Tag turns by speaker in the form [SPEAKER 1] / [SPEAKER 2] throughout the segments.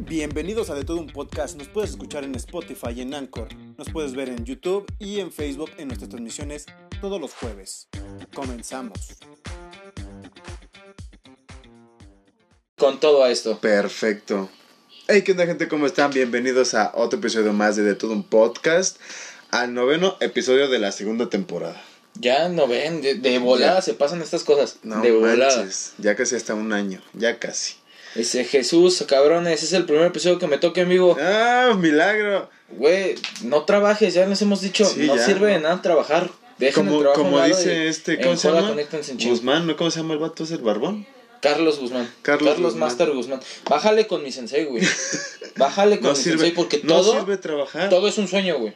[SPEAKER 1] Bienvenidos a De Todo Un Podcast. Nos puedes escuchar en Spotify y en Anchor. Nos puedes ver en YouTube y en Facebook en nuestras transmisiones todos los jueves. Comenzamos.
[SPEAKER 2] con todo esto.
[SPEAKER 3] Perfecto. Hey, ¿qué onda, gente? ¿Cómo están? Bienvenidos a otro episodio más de De Todo Un Podcast, al noveno episodio de la segunda temporada.
[SPEAKER 2] Ya no ven, de, de volada se pasan estas cosas.
[SPEAKER 3] No
[SPEAKER 2] de volada.
[SPEAKER 3] manches, ya casi hasta un año, ya casi.
[SPEAKER 2] Dice Jesús, cabrón, ese es el primer episodio que me toca en vivo.
[SPEAKER 3] ¡Ah, milagro!
[SPEAKER 2] Güey, no trabajes, ya les hemos dicho,
[SPEAKER 3] Sí,
[SPEAKER 2] no
[SPEAKER 3] ya,
[SPEAKER 2] sirve de
[SPEAKER 3] no.
[SPEAKER 2] nada trabajar. Dejen el
[SPEAKER 3] Como,
[SPEAKER 2] trabajo a un
[SPEAKER 3] como
[SPEAKER 2] lado
[SPEAKER 3] dice
[SPEAKER 2] y
[SPEAKER 3] este,
[SPEAKER 2] en
[SPEAKER 3] ¿cómo se
[SPEAKER 2] joda
[SPEAKER 3] llama?
[SPEAKER 2] conéctense en chinga.
[SPEAKER 3] Guzmán, ¿no? ¿Cómo se llama el vato? ¿Es el barbón?
[SPEAKER 2] Carlos Guzmán. Carlos,
[SPEAKER 3] Carlos
[SPEAKER 2] Guzmán.
[SPEAKER 3] Guzmán.
[SPEAKER 2] Master Guzmán. Bájale con mi sensei, güey. Bájale con
[SPEAKER 3] No
[SPEAKER 2] mi
[SPEAKER 3] sirve,
[SPEAKER 2] sensei porque
[SPEAKER 3] no
[SPEAKER 2] todo,
[SPEAKER 3] sirve trabajar.
[SPEAKER 2] todo es un sueño, güey.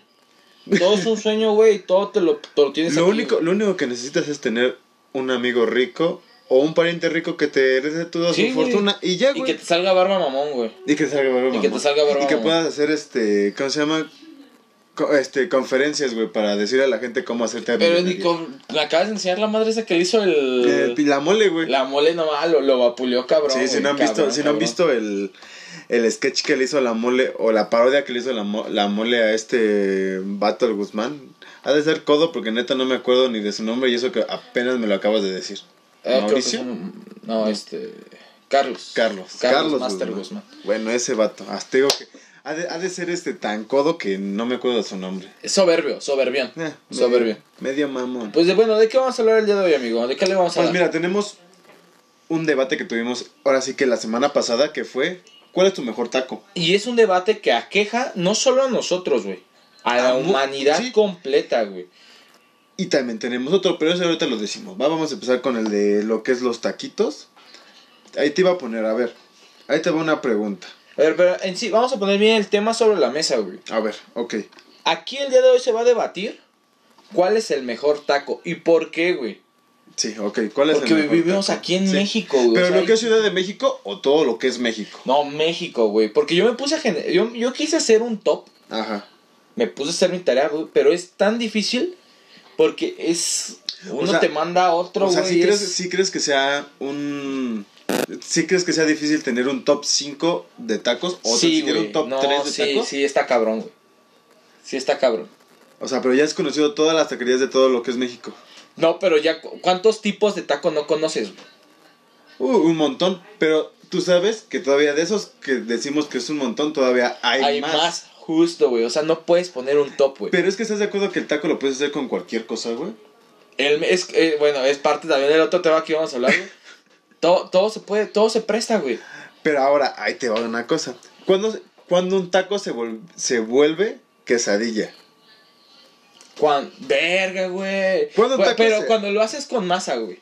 [SPEAKER 2] Todo es un sueño, güey, y todo te lo, te lo tienes
[SPEAKER 3] Lo
[SPEAKER 2] aquí,
[SPEAKER 3] único, lo único que necesitas es tener un amigo rico o un pariente rico que te herede toda
[SPEAKER 2] Sí,
[SPEAKER 3] su
[SPEAKER 2] güey.
[SPEAKER 3] fortuna y ya,
[SPEAKER 2] güey.
[SPEAKER 3] güey.
[SPEAKER 2] Y que te salga barba mamón, güey.
[SPEAKER 3] Y que te salga barba
[SPEAKER 2] Y que te
[SPEAKER 3] mamón.
[SPEAKER 2] salga barba
[SPEAKER 3] Y que
[SPEAKER 2] mamón.
[SPEAKER 3] puedas hacer este, ¿cómo se llama? Co- este, conferencias, güey, para decir a la gente cómo hacerte
[SPEAKER 2] Pero ni
[SPEAKER 3] millonario.
[SPEAKER 2] con, le acabas de enseñar la madre esa que le hizo el.
[SPEAKER 3] Eh, pi- la mole, güey.
[SPEAKER 2] La mole nomás lo, lo vapuleó, cabrón.
[SPEAKER 3] sí, si
[SPEAKER 2] güey,
[SPEAKER 3] no han visto,
[SPEAKER 2] cabrón,
[SPEAKER 3] si no han
[SPEAKER 2] cabrón.
[SPEAKER 3] visto el, el sketch que le hizo la mole o la parodia que le hizo la, mo- la mole a este vato el Guzmán, ha de ser codo porque neta no me acuerdo ni de su nombre y eso que apenas me lo acabas de decir.
[SPEAKER 2] Eh, creo que
[SPEAKER 3] Mauricio.
[SPEAKER 2] son- no, este. Carlos.
[SPEAKER 3] Carlos.
[SPEAKER 2] Carlos, Master Guzmán.
[SPEAKER 3] Bueno, ese vato. Hasta digo que ha de, ha de ser este tan codo que no me acuerdo de su nombre.
[SPEAKER 2] Es Soberbio, soberbión.
[SPEAKER 3] Eh,
[SPEAKER 2] soberbio.
[SPEAKER 3] Medio mamón.
[SPEAKER 2] Pues de, bueno, ¿de qué vamos a hablar el día de hoy, amigo? ¿De qué le vamos a
[SPEAKER 3] Pues
[SPEAKER 2] hablar?
[SPEAKER 3] mira, tenemos un debate que tuvimos ahora sí que la semana pasada que fue ¿Cuál es tu mejor taco?
[SPEAKER 2] Y es un debate que aqueja no solo a nosotros, güey. A la
[SPEAKER 3] A Ah, mu-
[SPEAKER 2] humanidad
[SPEAKER 3] sí.
[SPEAKER 2] completa, güey.
[SPEAKER 3] Y también tenemos otro, pero eso ahorita lo decimos. Va, vamos a empezar con el de lo que es los taquitos. Ahí te iba a poner, a ver. Ahí te va una pregunta.
[SPEAKER 2] A ver, pero en sí, vamos a poner bien el tema sobre la mesa, güey.
[SPEAKER 3] A ver, ok.
[SPEAKER 2] Aquí el día de hoy se va a debatir cuál es el mejor taco y por qué, güey.
[SPEAKER 3] Sí, ok. ¿Cuál es
[SPEAKER 2] Porque
[SPEAKER 3] el mejor
[SPEAKER 2] vivimos
[SPEAKER 3] taco?
[SPEAKER 2] aquí en
[SPEAKER 3] Sí.
[SPEAKER 2] México, güey.
[SPEAKER 3] Pero
[SPEAKER 2] o sea,
[SPEAKER 3] lo que es Ciudad de México o todo lo que es México.
[SPEAKER 2] No, México, güey. Porque yo me puse a gener- yo, yo quise hacer un top.
[SPEAKER 3] Ajá.
[SPEAKER 2] Me puse a hacer mi tarea, güey. Pero es tan difícil porque es. Uno
[SPEAKER 3] sea,
[SPEAKER 2] te manda a otro,
[SPEAKER 3] o sea,
[SPEAKER 2] güey.
[SPEAKER 3] ¿sí crees,
[SPEAKER 2] es-
[SPEAKER 3] sí crees que sea un... ¿Sí crees que sea difícil tener un top 5 de tacos? ¿O
[SPEAKER 2] Sí,
[SPEAKER 3] siquiera
[SPEAKER 2] güey.
[SPEAKER 3] un top
[SPEAKER 2] no,
[SPEAKER 3] 3 de
[SPEAKER 2] sí,
[SPEAKER 3] tacos?
[SPEAKER 2] sí, está cabrón, güey. Sí, está cabrón.
[SPEAKER 3] O sea, pero ya has conocido todas las taquerías de todo lo que es México.
[SPEAKER 2] No, pero ya, cu- ¿cuántos tipos de taco no conoces, güey?
[SPEAKER 3] Uh, un montón. Pero tú sabes que todavía de esos que decimos que es un montón, todavía hay,
[SPEAKER 2] Hay
[SPEAKER 3] más.
[SPEAKER 2] más. justo, güey. O sea, no puedes poner un top, güey.
[SPEAKER 3] Pero es que estás de acuerdo que el taco lo puedes hacer con cualquier cosa, güey.
[SPEAKER 2] El- es, eh, bueno, es parte también del otro tema que íbamos a hablar, güey. todo, todo se puede, todo se presta, güey.
[SPEAKER 3] Pero ahora, ahí te va una cosa. ¿Cuándo, cuando un taco se, vol- se vuelve quesadilla?
[SPEAKER 2] Cuan, verga, güey.
[SPEAKER 3] ¿Cuándo
[SPEAKER 2] Güey,
[SPEAKER 3] te
[SPEAKER 2] Pero
[SPEAKER 3] acosté?
[SPEAKER 2] cuando lo haces con masa, güey.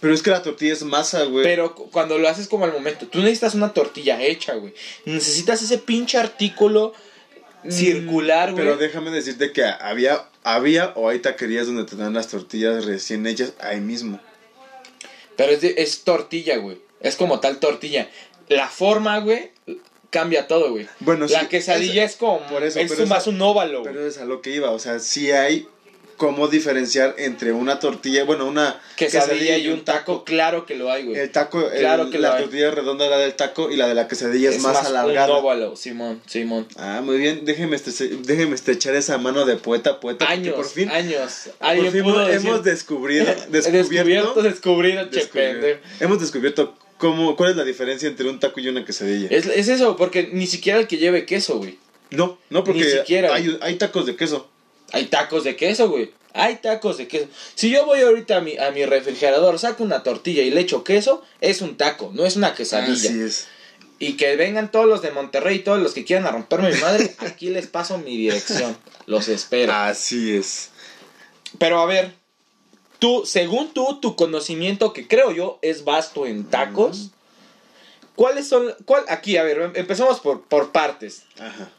[SPEAKER 3] Pero es que la tortilla es masa, güey.
[SPEAKER 2] Pero cu- cuando lo haces como al momento. Tú necesitas una tortilla hecha, güey. Necesitas ese pinche artículo circular, güey.
[SPEAKER 3] Mm, Pero déjame decirte que había, había o hay taquerías donde te dan las tortillas recién hechas ahí mismo.
[SPEAKER 2] Pero es, de- es tortilla, güey. Es como tal tortilla. La forma, güey, cambia todo, güey.
[SPEAKER 3] Bueno,
[SPEAKER 2] la
[SPEAKER 3] sí,
[SPEAKER 2] quesadilla es, como.
[SPEAKER 3] por eso,
[SPEAKER 2] es
[SPEAKER 3] pero
[SPEAKER 2] más
[SPEAKER 3] esa-
[SPEAKER 2] un óvalo, güey.
[SPEAKER 3] Pero es a lo que iba, o sea, sí hay cómo diferenciar entre una tortilla, bueno, una
[SPEAKER 2] quesadilla, y un taco, claro que lo hay, güey.
[SPEAKER 3] El taco, el-
[SPEAKER 2] Claro que lo
[SPEAKER 3] la
[SPEAKER 2] hay.
[SPEAKER 3] tortilla redonda es la del taco y la de la quesadilla es, más,
[SPEAKER 2] Un
[SPEAKER 3] alargada.
[SPEAKER 2] óvalo, Simón, Simón.
[SPEAKER 3] Ah, muy bien, déjeme, este, déjeme estrechar esa mano de poeta, poeta, porque
[SPEAKER 2] Años,
[SPEAKER 3] por fin,
[SPEAKER 2] años.
[SPEAKER 3] por
[SPEAKER 2] Alguien
[SPEAKER 3] fin
[SPEAKER 2] pudo
[SPEAKER 3] hemos
[SPEAKER 2] decir-
[SPEAKER 3] descubrido,
[SPEAKER 2] descubierto,
[SPEAKER 3] descubierto,
[SPEAKER 2] descubrir, che,
[SPEAKER 3] descubierto-
[SPEAKER 2] pendejo.
[SPEAKER 3] hemos descubierto cómo, cuál es la diferencia entre un taco y una quesadilla.
[SPEAKER 2] Es, es eso, porque ni siquiera el que lleve queso, güey.
[SPEAKER 3] No, no, porque
[SPEAKER 2] Ni siquiera,
[SPEAKER 3] hay, hay tacos de queso.
[SPEAKER 2] Hay tacos de queso, güey. Hay tacos de queso. Si yo voy ahorita a mi, a mi refrigerador, saco una tortilla y le echo queso, es un taco, no es una quesadilla.
[SPEAKER 3] Así es.
[SPEAKER 2] Y que vengan todos los de Monterrey, todos los que quieran a romperme mi madre, aquí les paso mi dirección. Los espero.
[SPEAKER 3] Ah. Así es.
[SPEAKER 2] Pero a ver, tú, según tú, tu conocimiento, que creo yo es vasto en tacos, ¿cuáles son, cuál, aquí, a ver, em- empezamos por, por partes.
[SPEAKER 3] Ajá.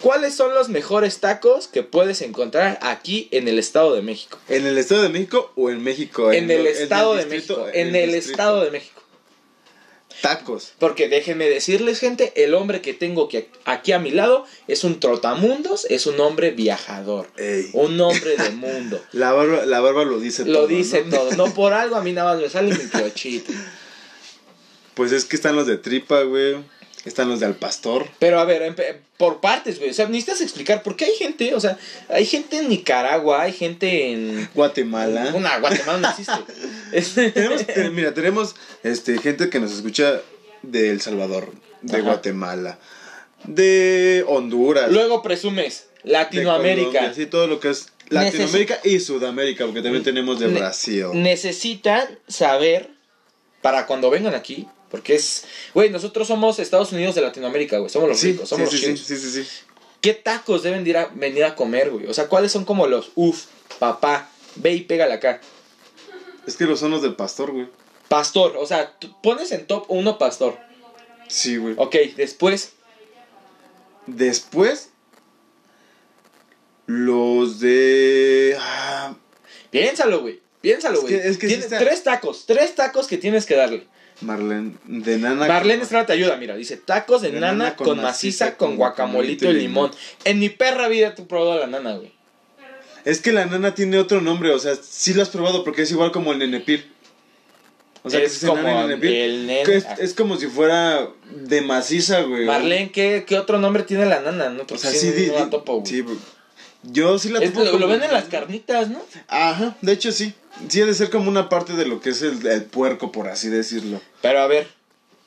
[SPEAKER 2] ¿Cuáles son los mejores tacos que puedes encontrar aquí en el Estado de México?
[SPEAKER 3] ¿En el Estado de México o en México?
[SPEAKER 2] En el
[SPEAKER 3] lo-
[SPEAKER 2] Estado de
[SPEAKER 3] distrito,
[SPEAKER 2] México, en el
[SPEAKER 3] distrito.
[SPEAKER 2] Estado de México.
[SPEAKER 3] Tacos.
[SPEAKER 2] Porque déjenme decirles, gente, el hombre que tengo que- aquí a mi lado es un trotamundos, es un hombre viajador,
[SPEAKER 3] Ey.
[SPEAKER 2] un hombre de mundo.
[SPEAKER 3] La barba, la barba lo dice
[SPEAKER 2] Oh. Lo
[SPEAKER 3] todo,
[SPEAKER 2] dice
[SPEAKER 3] ¿no?
[SPEAKER 2] todo. No por algo a mí nada más me sale mi piochito.
[SPEAKER 3] Pues es que están los de tripa, güey. Están los de Al Pastor.
[SPEAKER 2] Pero a ver, empe- por partes, güey. O sea, necesitas explicar por qué hay gente, o sea, hay gente en Nicaragua, hay gente en.
[SPEAKER 3] Guatemala.
[SPEAKER 2] Una Guatemala no existe. Es-
[SPEAKER 3] Tenemos, te- mira, tenemos este, gente que nos escucha de El Salvador, de
[SPEAKER 2] Ajá.
[SPEAKER 3] Guatemala, de Honduras.
[SPEAKER 2] Luego presumes
[SPEAKER 3] de
[SPEAKER 2] Latinoamérica.
[SPEAKER 3] Colombia, sí, todo lo que es Latinoamérica y Sudamérica, porque también tenemos de
[SPEAKER 2] Ne-
[SPEAKER 3] Brasil.
[SPEAKER 2] Necesitan saber para cuando vengan aquí. Porque es. Güey, nosotros somos Estados Unidos de Latinoamérica, güey. Somos los
[SPEAKER 3] Sí,
[SPEAKER 2] ricos, somos
[SPEAKER 3] sí,
[SPEAKER 2] los
[SPEAKER 3] sí,
[SPEAKER 2] chidos.
[SPEAKER 3] sí, sí, sí, sí.
[SPEAKER 2] ¿Qué tacos deben de ir a, venir a comer, güey? O sea, ¿cuáles son como los. Uf, papá, ve y pégala acá.
[SPEAKER 3] Es que los son los del pastor, güey.
[SPEAKER 2] Pastor, o sea, tú pones en top 1 pastor.
[SPEAKER 3] Sí, güey.
[SPEAKER 2] Ok, después.
[SPEAKER 3] Después, los de. ah,
[SPEAKER 2] Piénsalo, güey. Piénsalo,
[SPEAKER 3] Es
[SPEAKER 2] güey.
[SPEAKER 3] que- es que sí
[SPEAKER 2] Tienes
[SPEAKER 3] está-
[SPEAKER 2] tres tacos, tres tacos que tienes que darle.
[SPEAKER 3] Marlene, de Nana.
[SPEAKER 2] Marlene Estrada te ayuda, mira, dice tacos de, nana, con, maciza, con guacamolito y limón. En mi perra vida tú probado la nana, güey.
[SPEAKER 3] Es que la nana tiene otro nombre, o sea, sí lo has probado porque es igual como el nenepil. O sea, que
[SPEAKER 2] es
[SPEAKER 3] se
[SPEAKER 2] como
[SPEAKER 3] nana y nenepil.
[SPEAKER 2] el nene.
[SPEAKER 3] Que es, es como si fuera de maciza, güey.
[SPEAKER 2] Marlene, ¿qué, ¿qué otro nombre tiene la nana? No,
[SPEAKER 3] O
[SPEAKER 2] Porque
[SPEAKER 3] sea,
[SPEAKER 2] sí,
[SPEAKER 3] sí, di-
[SPEAKER 2] no la
[SPEAKER 3] di-
[SPEAKER 2] topo, güey.
[SPEAKER 3] sí, güey. Yo sí la
[SPEAKER 2] Es-
[SPEAKER 3] topo.
[SPEAKER 2] lo,
[SPEAKER 3] como-
[SPEAKER 2] lo ven en las carnitas, ¿no?
[SPEAKER 3] Ajá, de hecho sí. Sí, ha de ser como una parte de lo que es el, el puerco, por así decirlo.
[SPEAKER 2] Pero a ver,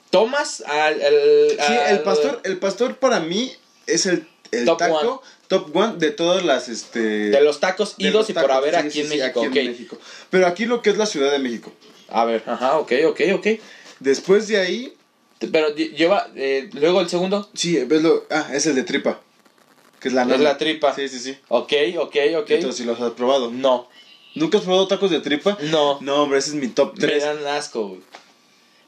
[SPEAKER 2] tomas al. al-
[SPEAKER 3] Sí, el
[SPEAKER 2] al-
[SPEAKER 3] pastor, el pastor para mí es el, el
[SPEAKER 2] Top
[SPEAKER 3] taco
[SPEAKER 2] one.
[SPEAKER 3] top one de todas las este
[SPEAKER 2] De los tacos
[SPEAKER 3] de
[SPEAKER 2] idos
[SPEAKER 3] los
[SPEAKER 2] y
[SPEAKER 3] tacos.
[SPEAKER 2] por haber
[SPEAKER 3] Sí,
[SPEAKER 2] aquí,
[SPEAKER 3] sí,
[SPEAKER 2] en
[SPEAKER 3] sí,
[SPEAKER 2] México,
[SPEAKER 3] aquí
[SPEAKER 2] ok.
[SPEAKER 3] en México. Pero aquí lo que es la Ciudad de México.
[SPEAKER 2] A ver, ajá, ok, ok, ok.
[SPEAKER 3] Después de ahí,
[SPEAKER 2] Pero lle- lleva. eh, luego el segundo.
[SPEAKER 3] sí, ves lo, ah, es el de tripa, que es la
[SPEAKER 2] Es
[SPEAKER 3] nana.
[SPEAKER 2] la tripa.
[SPEAKER 3] Sí, sí, sí.
[SPEAKER 2] Ok, ok, ok.
[SPEAKER 3] Entonces, si los has probado.
[SPEAKER 2] no,
[SPEAKER 3] ¿Nunca has probado tacos de tripa?
[SPEAKER 2] no.
[SPEAKER 3] No, hombre, ese es mi top
[SPEAKER 2] Me
[SPEAKER 3] 3.
[SPEAKER 2] dan asco, güey.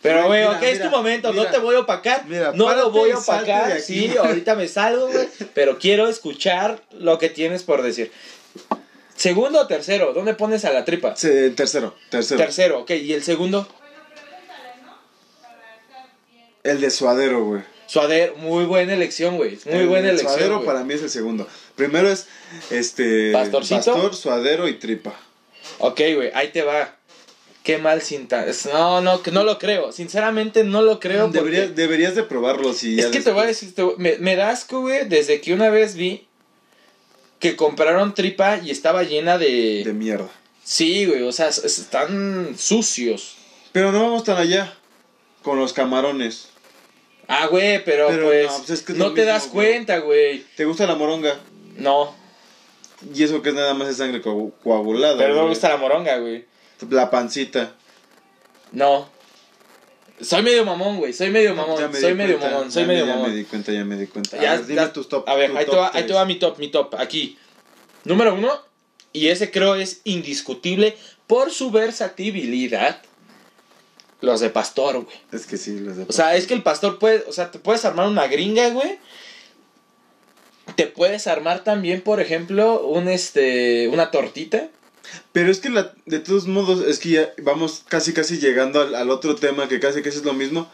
[SPEAKER 2] Pero,
[SPEAKER 3] Güey,
[SPEAKER 2] güey,
[SPEAKER 3] mira,
[SPEAKER 2] ok, es tu
[SPEAKER 3] mira,
[SPEAKER 2] momento, no
[SPEAKER 3] mira.
[SPEAKER 2] te voy a opacar.
[SPEAKER 3] Mira,
[SPEAKER 2] no
[SPEAKER 3] párate
[SPEAKER 2] lo voy
[SPEAKER 3] y
[SPEAKER 2] a
[SPEAKER 3] salte de
[SPEAKER 2] opacar,
[SPEAKER 3] aquí.
[SPEAKER 2] sí, ahorita me salgo, güey. Pero quiero escuchar lo que tienes por decir. Segundo o tercero, ¿dónde pones a la tripa?
[SPEAKER 3] tercero, tercero,
[SPEAKER 2] Tercero, ok, y el segundo,
[SPEAKER 3] El de suadero, güey.
[SPEAKER 2] suadero, muy buena elección, güey. Muy
[SPEAKER 3] El
[SPEAKER 2] buena elección.
[SPEAKER 3] Suadero
[SPEAKER 2] güey.
[SPEAKER 3] para mí es el segundo. Primero es este
[SPEAKER 2] ¿Pastorcito?
[SPEAKER 3] pastor, suadero y tripa.
[SPEAKER 2] Ok, güey, ahí te va. Qué mal cinta. es- No, no, que no lo creo. Sinceramente no lo creo. porque-
[SPEAKER 3] Deberías, deberías de probarlo si
[SPEAKER 2] Es
[SPEAKER 3] ya
[SPEAKER 2] que te voy a
[SPEAKER 3] después-
[SPEAKER 2] decir, te voy- me, me da asco, güey, desde que una vez vi que compraron tripa y estaba llena de...
[SPEAKER 3] de mierda.
[SPEAKER 2] Sí, güey, o sea, es- están sucios.
[SPEAKER 3] Pero no vamos tan allá con los camarones.
[SPEAKER 2] Ah, güey, pero,
[SPEAKER 3] Pero
[SPEAKER 2] pues no,
[SPEAKER 3] no, pues es que es lo
[SPEAKER 2] te
[SPEAKER 3] mismo,
[SPEAKER 2] das
[SPEAKER 3] güey.
[SPEAKER 2] cuenta, güey.
[SPEAKER 3] ¿Te gusta la moronga?
[SPEAKER 2] No,
[SPEAKER 3] Y eso que es nada más es sangre coagu- coagulada.
[SPEAKER 2] pero no me
[SPEAKER 3] güey.
[SPEAKER 2] gusta la moronga, güey.
[SPEAKER 3] la pancita.
[SPEAKER 2] No. Soy medio mamón, güey, soy medio
[SPEAKER 3] pues, Ya
[SPEAKER 2] mamón,
[SPEAKER 3] me di
[SPEAKER 2] soy medio
[SPEAKER 3] cuenta,
[SPEAKER 2] mamón, soy
[SPEAKER 3] ya me-
[SPEAKER 2] medio
[SPEAKER 3] ya
[SPEAKER 2] mamón.
[SPEAKER 3] me di cuenta, ya me di cuenta. A
[SPEAKER 2] Ya-
[SPEAKER 3] ver, dime
[SPEAKER 2] ya-
[SPEAKER 3] tus top.
[SPEAKER 2] A ver,
[SPEAKER 3] tu
[SPEAKER 2] ahí, te
[SPEAKER 3] top
[SPEAKER 2] va, ahí te
[SPEAKER 3] tres.
[SPEAKER 2] va mi top, mi top, aquí. Número uno, y ese creo es indiscutible por su versatilidad, los de pastor, güey.
[SPEAKER 3] Es que sí, los de
[SPEAKER 2] O sea, es que el pastor puede, o sea, te puedes armar una gringa, güey. Te puedes armar también, por ejemplo, un este, una tortita.
[SPEAKER 3] Pero es que la- de todos modos, es que ya vamos casi casi llegando al, al otro tema que casi casi es lo mismo.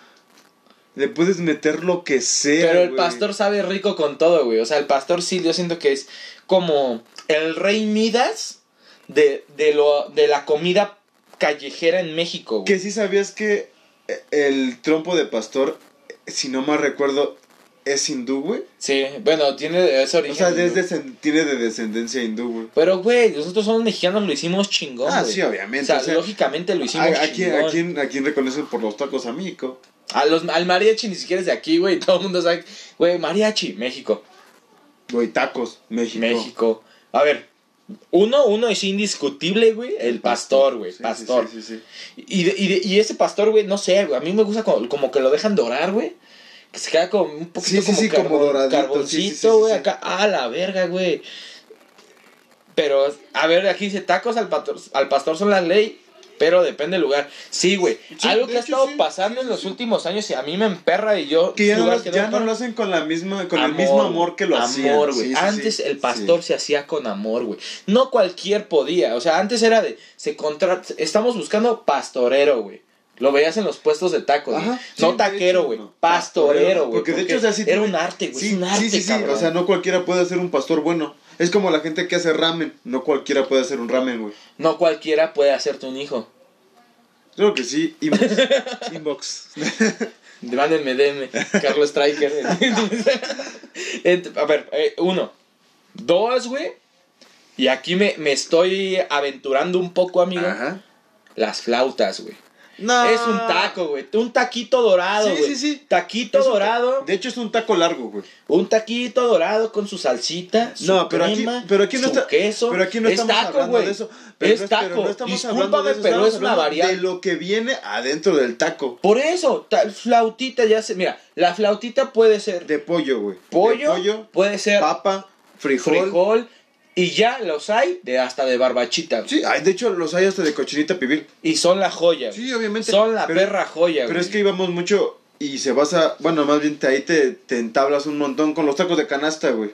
[SPEAKER 3] Le puedes meter lo que sea.
[SPEAKER 2] Pero el
[SPEAKER 3] güey.
[SPEAKER 2] pastor sabe rico con todo, güey. O sea, el pastor sí, yo siento que es como el rey Midas de, de, lo, de la comida callejera en México, güey.
[SPEAKER 3] Que sí sabías que eh, el trompo de pastor, eh, si no mal recuerdo, es hindú, güey.
[SPEAKER 2] Sí, bueno, tiene ese origen.
[SPEAKER 3] O sea, es
[SPEAKER 2] güey.
[SPEAKER 3] descend- tiene de descendencia hindú, güey.
[SPEAKER 2] Pero, güey, nosotros somos mexicanos, lo hicimos chingón,
[SPEAKER 3] Ah,
[SPEAKER 2] güey.
[SPEAKER 3] sí, obviamente.
[SPEAKER 2] O sea,
[SPEAKER 3] o sea,
[SPEAKER 2] lógicamente lo hicimos
[SPEAKER 3] ¿a, a quién,
[SPEAKER 2] chingón.
[SPEAKER 3] a quién- a quién reconocen por los tacos a México?
[SPEAKER 2] A los, al mariachi ni siquiera es de aquí, güey. Todo el mundo sabe. que- Güey, mariachi, México.
[SPEAKER 3] Güey, tacos, México.
[SPEAKER 2] México. A ver, uno, uno es indiscutible, güey. El pastor, güey.
[SPEAKER 3] Sí, sí,
[SPEAKER 2] pastor.
[SPEAKER 3] sí, sí, sí.
[SPEAKER 2] Y, de- y, de- y ese pastor, güey, no sé, güey. A mí me gusta como, como que lo dejan dorar, güey. Que se queda como un poquito
[SPEAKER 3] Sí, sí,
[SPEAKER 2] como,
[SPEAKER 3] sí, como
[SPEAKER 2] carbon-
[SPEAKER 3] doradito, sí, sí, sí, sí,
[SPEAKER 2] carboncito, güey.
[SPEAKER 3] sí.
[SPEAKER 2] Acá, a la verga, güey. Pero, a ver, aquí dice tacos al pastor, al pastor son la ley, pero depende del lugar. Sí, güey.
[SPEAKER 3] Sí,
[SPEAKER 2] Algo
[SPEAKER 3] de
[SPEAKER 2] que ha
[SPEAKER 3] hecho,
[SPEAKER 2] estado
[SPEAKER 3] sí,
[SPEAKER 2] pasando en los últimos años y a mí me emperra y yo.
[SPEAKER 3] Que ya, no,
[SPEAKER 2] lugar
[SPEAKER 3] lo-
[SPEAKER 2] que
[SPEAKER 3] ya no
[SPEAKER 2] conozco.
[SPEAKER 3] lo hacen con, la misma, con el mismo amor que lo
[SPEAKER 2] amor,
[SPEAKER 3] hacían.
[SPEAKER 2] güey.
[SPEAKER 3] Sí, sí,
[SPEAKER 2] antes
[SPEAKER 3] sí.
[SPEAKER 2] el pastor se hacía con amor, güey. No cualquier podía. O sea, antes era de. se contra... Estamos buscando pastorero, güey. Lo veías en los puestos de tacos, güey.
[SPEAKER 3] Ajá, sí,
[SPEAKER 2] no
[SPEAKER 3] de
[SPEAKER 2] taquero,
[SPEAKER 3] hecho,
[SPEAKER 2] güey.
[SPEAKER 3] no.
[SPEAKER 2] Pastorero, güey.
[SPEAKER 3] Porque de hecho, o sea, sí
[SPEAKER 2] era
[SPEAKER 3] tiene-
[SPEAKER 2] un arte, güey.
[SPEAKER 3] Sí,
[SPEAKER 2] es un arte,
[SPEAKER 3] sí, sí, sí,
[SPEAKER 2] cabrón.
[SPEAKER 3] O sea, no cualquiera puede ser un pastor bueno. Es como la gente que hace ramen. No cualquiera puede hacer un ramen, güey.
[SPEAKER 2] no cualquiera puede hacerte un hijo.
[SPEAKER 3] Creo que sí. Inbox. Inbox.
[SPEAKER 2] Mándenme DM, Carlos Striker. Ent- A ver, eh, uno. Dos, güey. Y aquí me, me estoy aventurando un poco, amigo.
[SPEAKER 3] Ajá.
[SPEAKER 2] Las flautas, güey.
[SPEAKER 3] No.
[SPEAKER 2] Es un taco, güey. Un taquito dorado,
[SPEAKER 3] Sí,
[SPEAKER 2] güey.
[SPEAKER 3] sí, sí.
[SPEAKER 2] Taquito
[SPEAKER 3] Es un-
[SPEAKER 2] dorado.
[SPEAKER 3] De hecho, es un taco largo, güey.
[SPEAKER 2] Un taquito dorado con su salsita, su
[SPEAKER 3] No, pero aquí-
[SPEAKER 2] crema,
[SPEAKER 3] pero aquí no
[SPEAKER 2] su
[SPEAKER 3] está-
[SPEAKER 2] queso.
[SPEAKER 3] Pero aquí no
[SPEAKER 2] Es
[SPEAKER 3] estamos
[SPEAKER 2] taco,
[SPEAKER 3] hablando
[SPEAKER 2] güey.
[SPEAKER 3] de eso. Pero
[SPEAKER 2] es
[SPEAKER 3] no
[SPEAKER 2] taco.
[SPEAKER 3] pero no estamos
[SPEAKER 2] Discúlpame,
[SPEAKER 3] hablando de eso,
[SPEAKER 2] pero
[SPEAKER 3] estamos
[SPEAKER 2] es una
[SPEAKER 3] hablando
[SPEAKER 2] variante.
[SPEAKER 3] De lo que viene adentro del taco.
[SPEAKER 2] Por eso, ta- flautita ya se... Mira, la flautita puede ser
[SPEAKER 3] De pollo, güey. De
[SPEAKER 2] pollo,
[SPEAKER 3] pollo,
[SPEAKER 2] puede ser
[SPEAKER 3] papa, frijol.
[SPEAKER 2] frijol, y ya los hay de hasta de barbachita. güey.
[SPEAKER 3] Sí, ay, de hecho, los hay hasta de cochinita pibil.
[SPEAKER 2] Y son la joya.
[SPEAKER 3] Sí,
[SPEAKER 2] güey.
[SPEAKER 3] obviamente.
[SPEAKER 2] Son la
[SPEAKER 3] Pero-
[SPEAKER 2] perra joya,
[SPEAKER 3] Pero
[SPEAKER 2] güey.
[SPEAKER 3] es que íbamos mucho y se basa. Bueno, más bien te- ahí te, te entablas un montón con los tacos de canasta, güey.